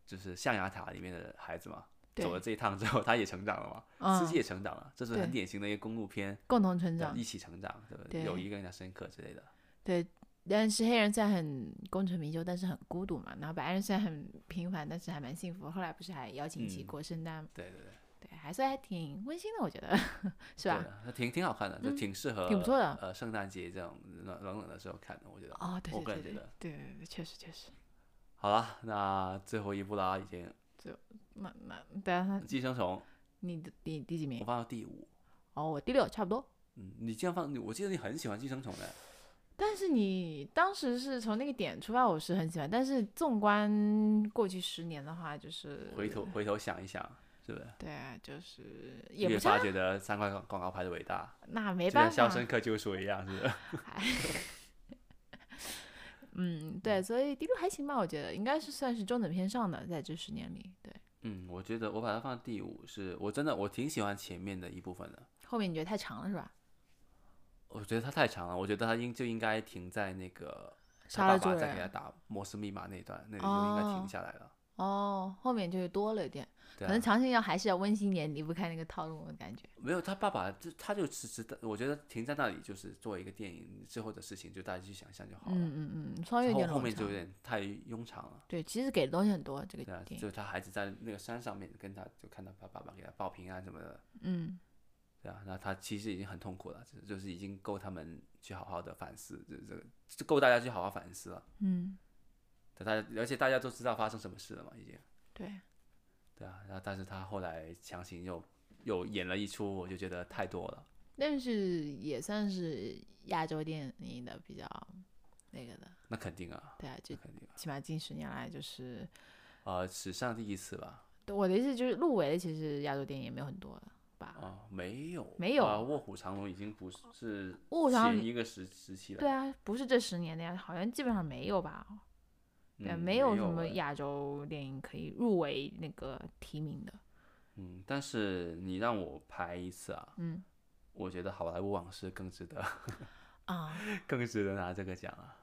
S1: 就是象牙塔里面的孩子嘛，
S2: 对
S1: 走了这一趟之后，他也成长了嘛，
S2: 嗯
S1: 司，机也成长了，这是
S2: 对
S1: 很典型的一个公路片，
S2: 共同成
S1: 对
S2: 长
S1: 一。起成长，对不
S2: 对
S1: 友谊更加深刻之类的。
S2: 对，但是黑人虽然很功成名就，但是很孤独嘛。然后白人虽然很平凡，但是还蛮幸福。后来不是还邀请其
S1: 嗯
S2: 过圣诞，
S1: 对对对，
S2: 对，还算还挺温馨的，我觉得 [LAUGHS] 是
S1: 对
S2: 吧？
S1: 的，它挺挺好看的，就
S2: 啊嗯
S1: 挺适合，
S2: 挺不错的
S1: 呃，圣诞节这种冷冷冷的时候看的，我觉得。
S2: 哦，对
S1: 我
S2: 对
S1: 个人
S2: 对对
S1: 觉得
S2: 对对对，确实确实。
S1: 好了，那最后一部啦，已经
S2: 那那对啊，那
S1: 《寄生虫》，
S2: 你的第第几
S1: 我
S2: 名？
S1: 放到第五。
S2: 哦，我第六，差不多。
S1: 嗯，你这样放，我记得你很喜欢寄生虫的。
S2: 但是你当时是从那个点出发，我是很喜欢。但是纵观过去十年的话，就是
S1: 回头回头想一想，是不是？
S2: 对啊，就是也
S1: 越
S2: 不差。
S1: 发觉得三块广广告牌的伟大，
S2: 那没
S1: 就
S2: 办
S1: 像《
S2: 法
S1: 肖，申克救赎》一样，是不是？ [LAUGHS]
S2: 嗯，对，所以第六还行吧，我觉得应该是算是中等偏上的，在这十年里。对，
S1: 嗯，我觉得我把它放第五是，我真的我挺喜欢前面的一部分的。
S2: 后面你觉得太长了是吧？
S1: 我觉得他太长了，我觉得他应就应该停在那个
S2: 杀
S1: 他
S2: 了
S1: 爸
S2: 所
S1: 爸
S2: 有
S1: 在给他
S2: 人
S1: 打摩斯密码那段，那里就应该
S2: 哦
S1: 停下来了。
S2: 哦，后面就多了一点，
S1: 对
S2: 可能
S1: 啊，
S2: 长信要还是要温馨一点，离不开那个套路的感觉。
S1: 没有他爸爸，就他就只只我觉得停在那里就是做一个电影之后的事情，就大家去想象就好了。
S2: 嗯嗯嗯，稍微有
S1: 然后
S2: 点
S1: 后
S2: 冗
S1: 面就有
S2: 长。
S1: 点太庸常了。
S2: 对，其实给的东西很多，这个
S1: 对啊，
S2: 电
S1: 就
S2: 影。
S1: 是他孩子在那个山上面跟他就看到他爸爸给他报平安什么的，
S2: 嗯，
S1: 对啊，那他其实已经很痛苦了，就就是已经够他们去好好的反思，这这这够大家去好好反思了。
S2: 嗯，
S1: 对大家，而且大家都知道发生什么事了嘛，已经。
S2: 对，
S1: 对啊，然后但是他后来强行又又演了一出，我就觉得太多了。
S2: 但是也算是亚洲电影的比较那个的，
S1: 那肯定啊，
S2: 对啊，就
S1: 那肯定啊，
S2: 起码近十年来就是，
S1: 呃，史上第一次吧？
S2: 对我的意思就是入围的其实亚洲电影也没有很多了吧？
S1: 哦，没有，
S2: 没有
S1: 啊，《卧虎藏龙》已经不是是
S2: 卧虎藏龙
S1: 前一个时时期了。
S2: 对啊，不是这十年内好像基本上没有吧？对啊，
S1: 嗯，
S2: 没
S1: 有
S2: 什么
S1: 哎
S2: 亚洲电影可以入围那个提名的。
S1: 嗯，但是你让我排一次啊，
S2: 嗯
S1: 我觉得《好莱坞往事》更值得， [LAUGHS]
S2: 啊，
S1: 更值得拿这个奖啊。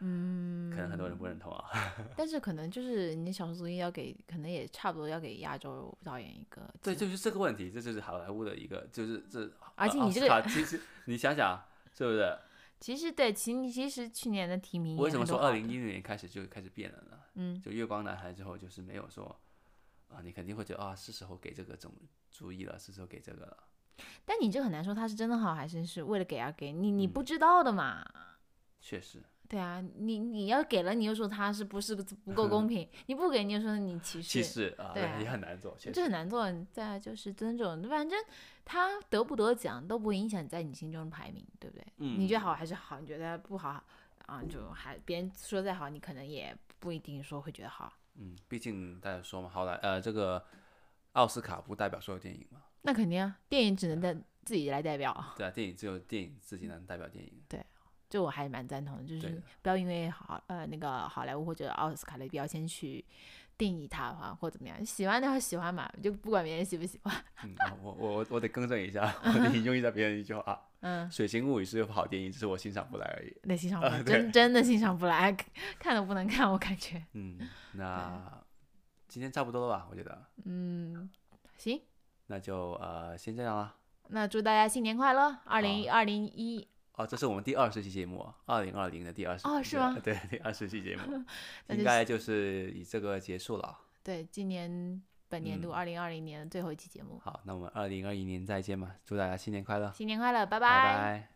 S2: 嗯，
S1: 可能很多人不认同啊。 [LAUGHS]
S2: 但是可能就是你小时候要给，可能也差不多要给亚洲导演一个
S1: 对，
S2: 机
S1: 就是这个问题，这就是好莱坞的一个，就是啊这。
S2: 而且你这个
S1: 个，其实你想想，是不是？
S2: 其实对，其实其实去年的提名
S1: 为
S2: 也
S1: 什么
S2: 很
S1: 说
S2: 多好
S1: 二
S2: 的
S1: 零一六年开始就开始变了呢？
S2: 嗯
S1: 就《月光男孩》之后，就是没有说啊，你肯定会觉得啊，是时候给这个种注意了，是时候给这个了。
S2: 但你这很难说他是真的好还是是为了给而给你，你
S1: 嗯
S2: 不知道的嘛。
S1: 确实，
S2: 对啊，你你要给了，你又说他是不是不够
S1: [LAUGHS]
S2: 公平；你不给，你又说你歧视，
S1: 其实啊，
S2: 对啊
S1: 也很难做，确
S2: 这
S1: 实。
S2: 很难做。再来就是尊重，反正他得不得奖都不影响在你心中的排名，对不对？你觉得
S1: 嗯
S2: 好还是好，你觉得不好啊，就还别人说再好，你可能也不一定说会觉得好。
S1: 嗯，毕竟大家说嘛，好莱呃，这个奥斯卡不代表所有电影嘛，
S2: 那肯定啊，电影只能代自己来代表。
S1: 对啊，电影只有电影自己能代表电影。
S2: 这我还蛮赞同的，就
S1: 对
S2: 是
S1: 的
S2: 不要因为好呃那个好莱坞或者奥斯卡的标签去定义它啊，或怎么样，喜欢的话喜欢嘛，就不管别人喜不喜欢。
S1: [LAUGHS] 嗯，啊我我我我得更正一下，我得引用一下别人一句话啊，
S2: 嗯 [LAUGHS]
S1: 《，水形物语》是有好电影，只是我欣赏不来而已。
S2: 那欣赏不来，
S1: 啊
S2: [LAUGHS]
S1: 对
S2: 真真的欣赏不来，看都不能看，我感觉。
S1: 嗯，那今天差不多了吧？我觉得，
S2: 嗯，行，
S1: 那就呃先这样啦。
S2: 那祝大家新年快乐，二零二零一，
S1: 哦，这是我们第二十期节目，二零二零的第二十
S2: 哦是吗
S1: 对，第二十期节 [LAUGHS] 目
S2: 那
S1: 应
S2: 就
S1: 该就是以这个结束了。
S2: 对，今年本年度
S1: 嗯
S2: 二零二零年的最后一期节目，
S1: 好，那我们二零二一年再见吧，祝大家新年快乐，
S2: 新年快乐，
S1: 拜
S2: 拜
S1: 拜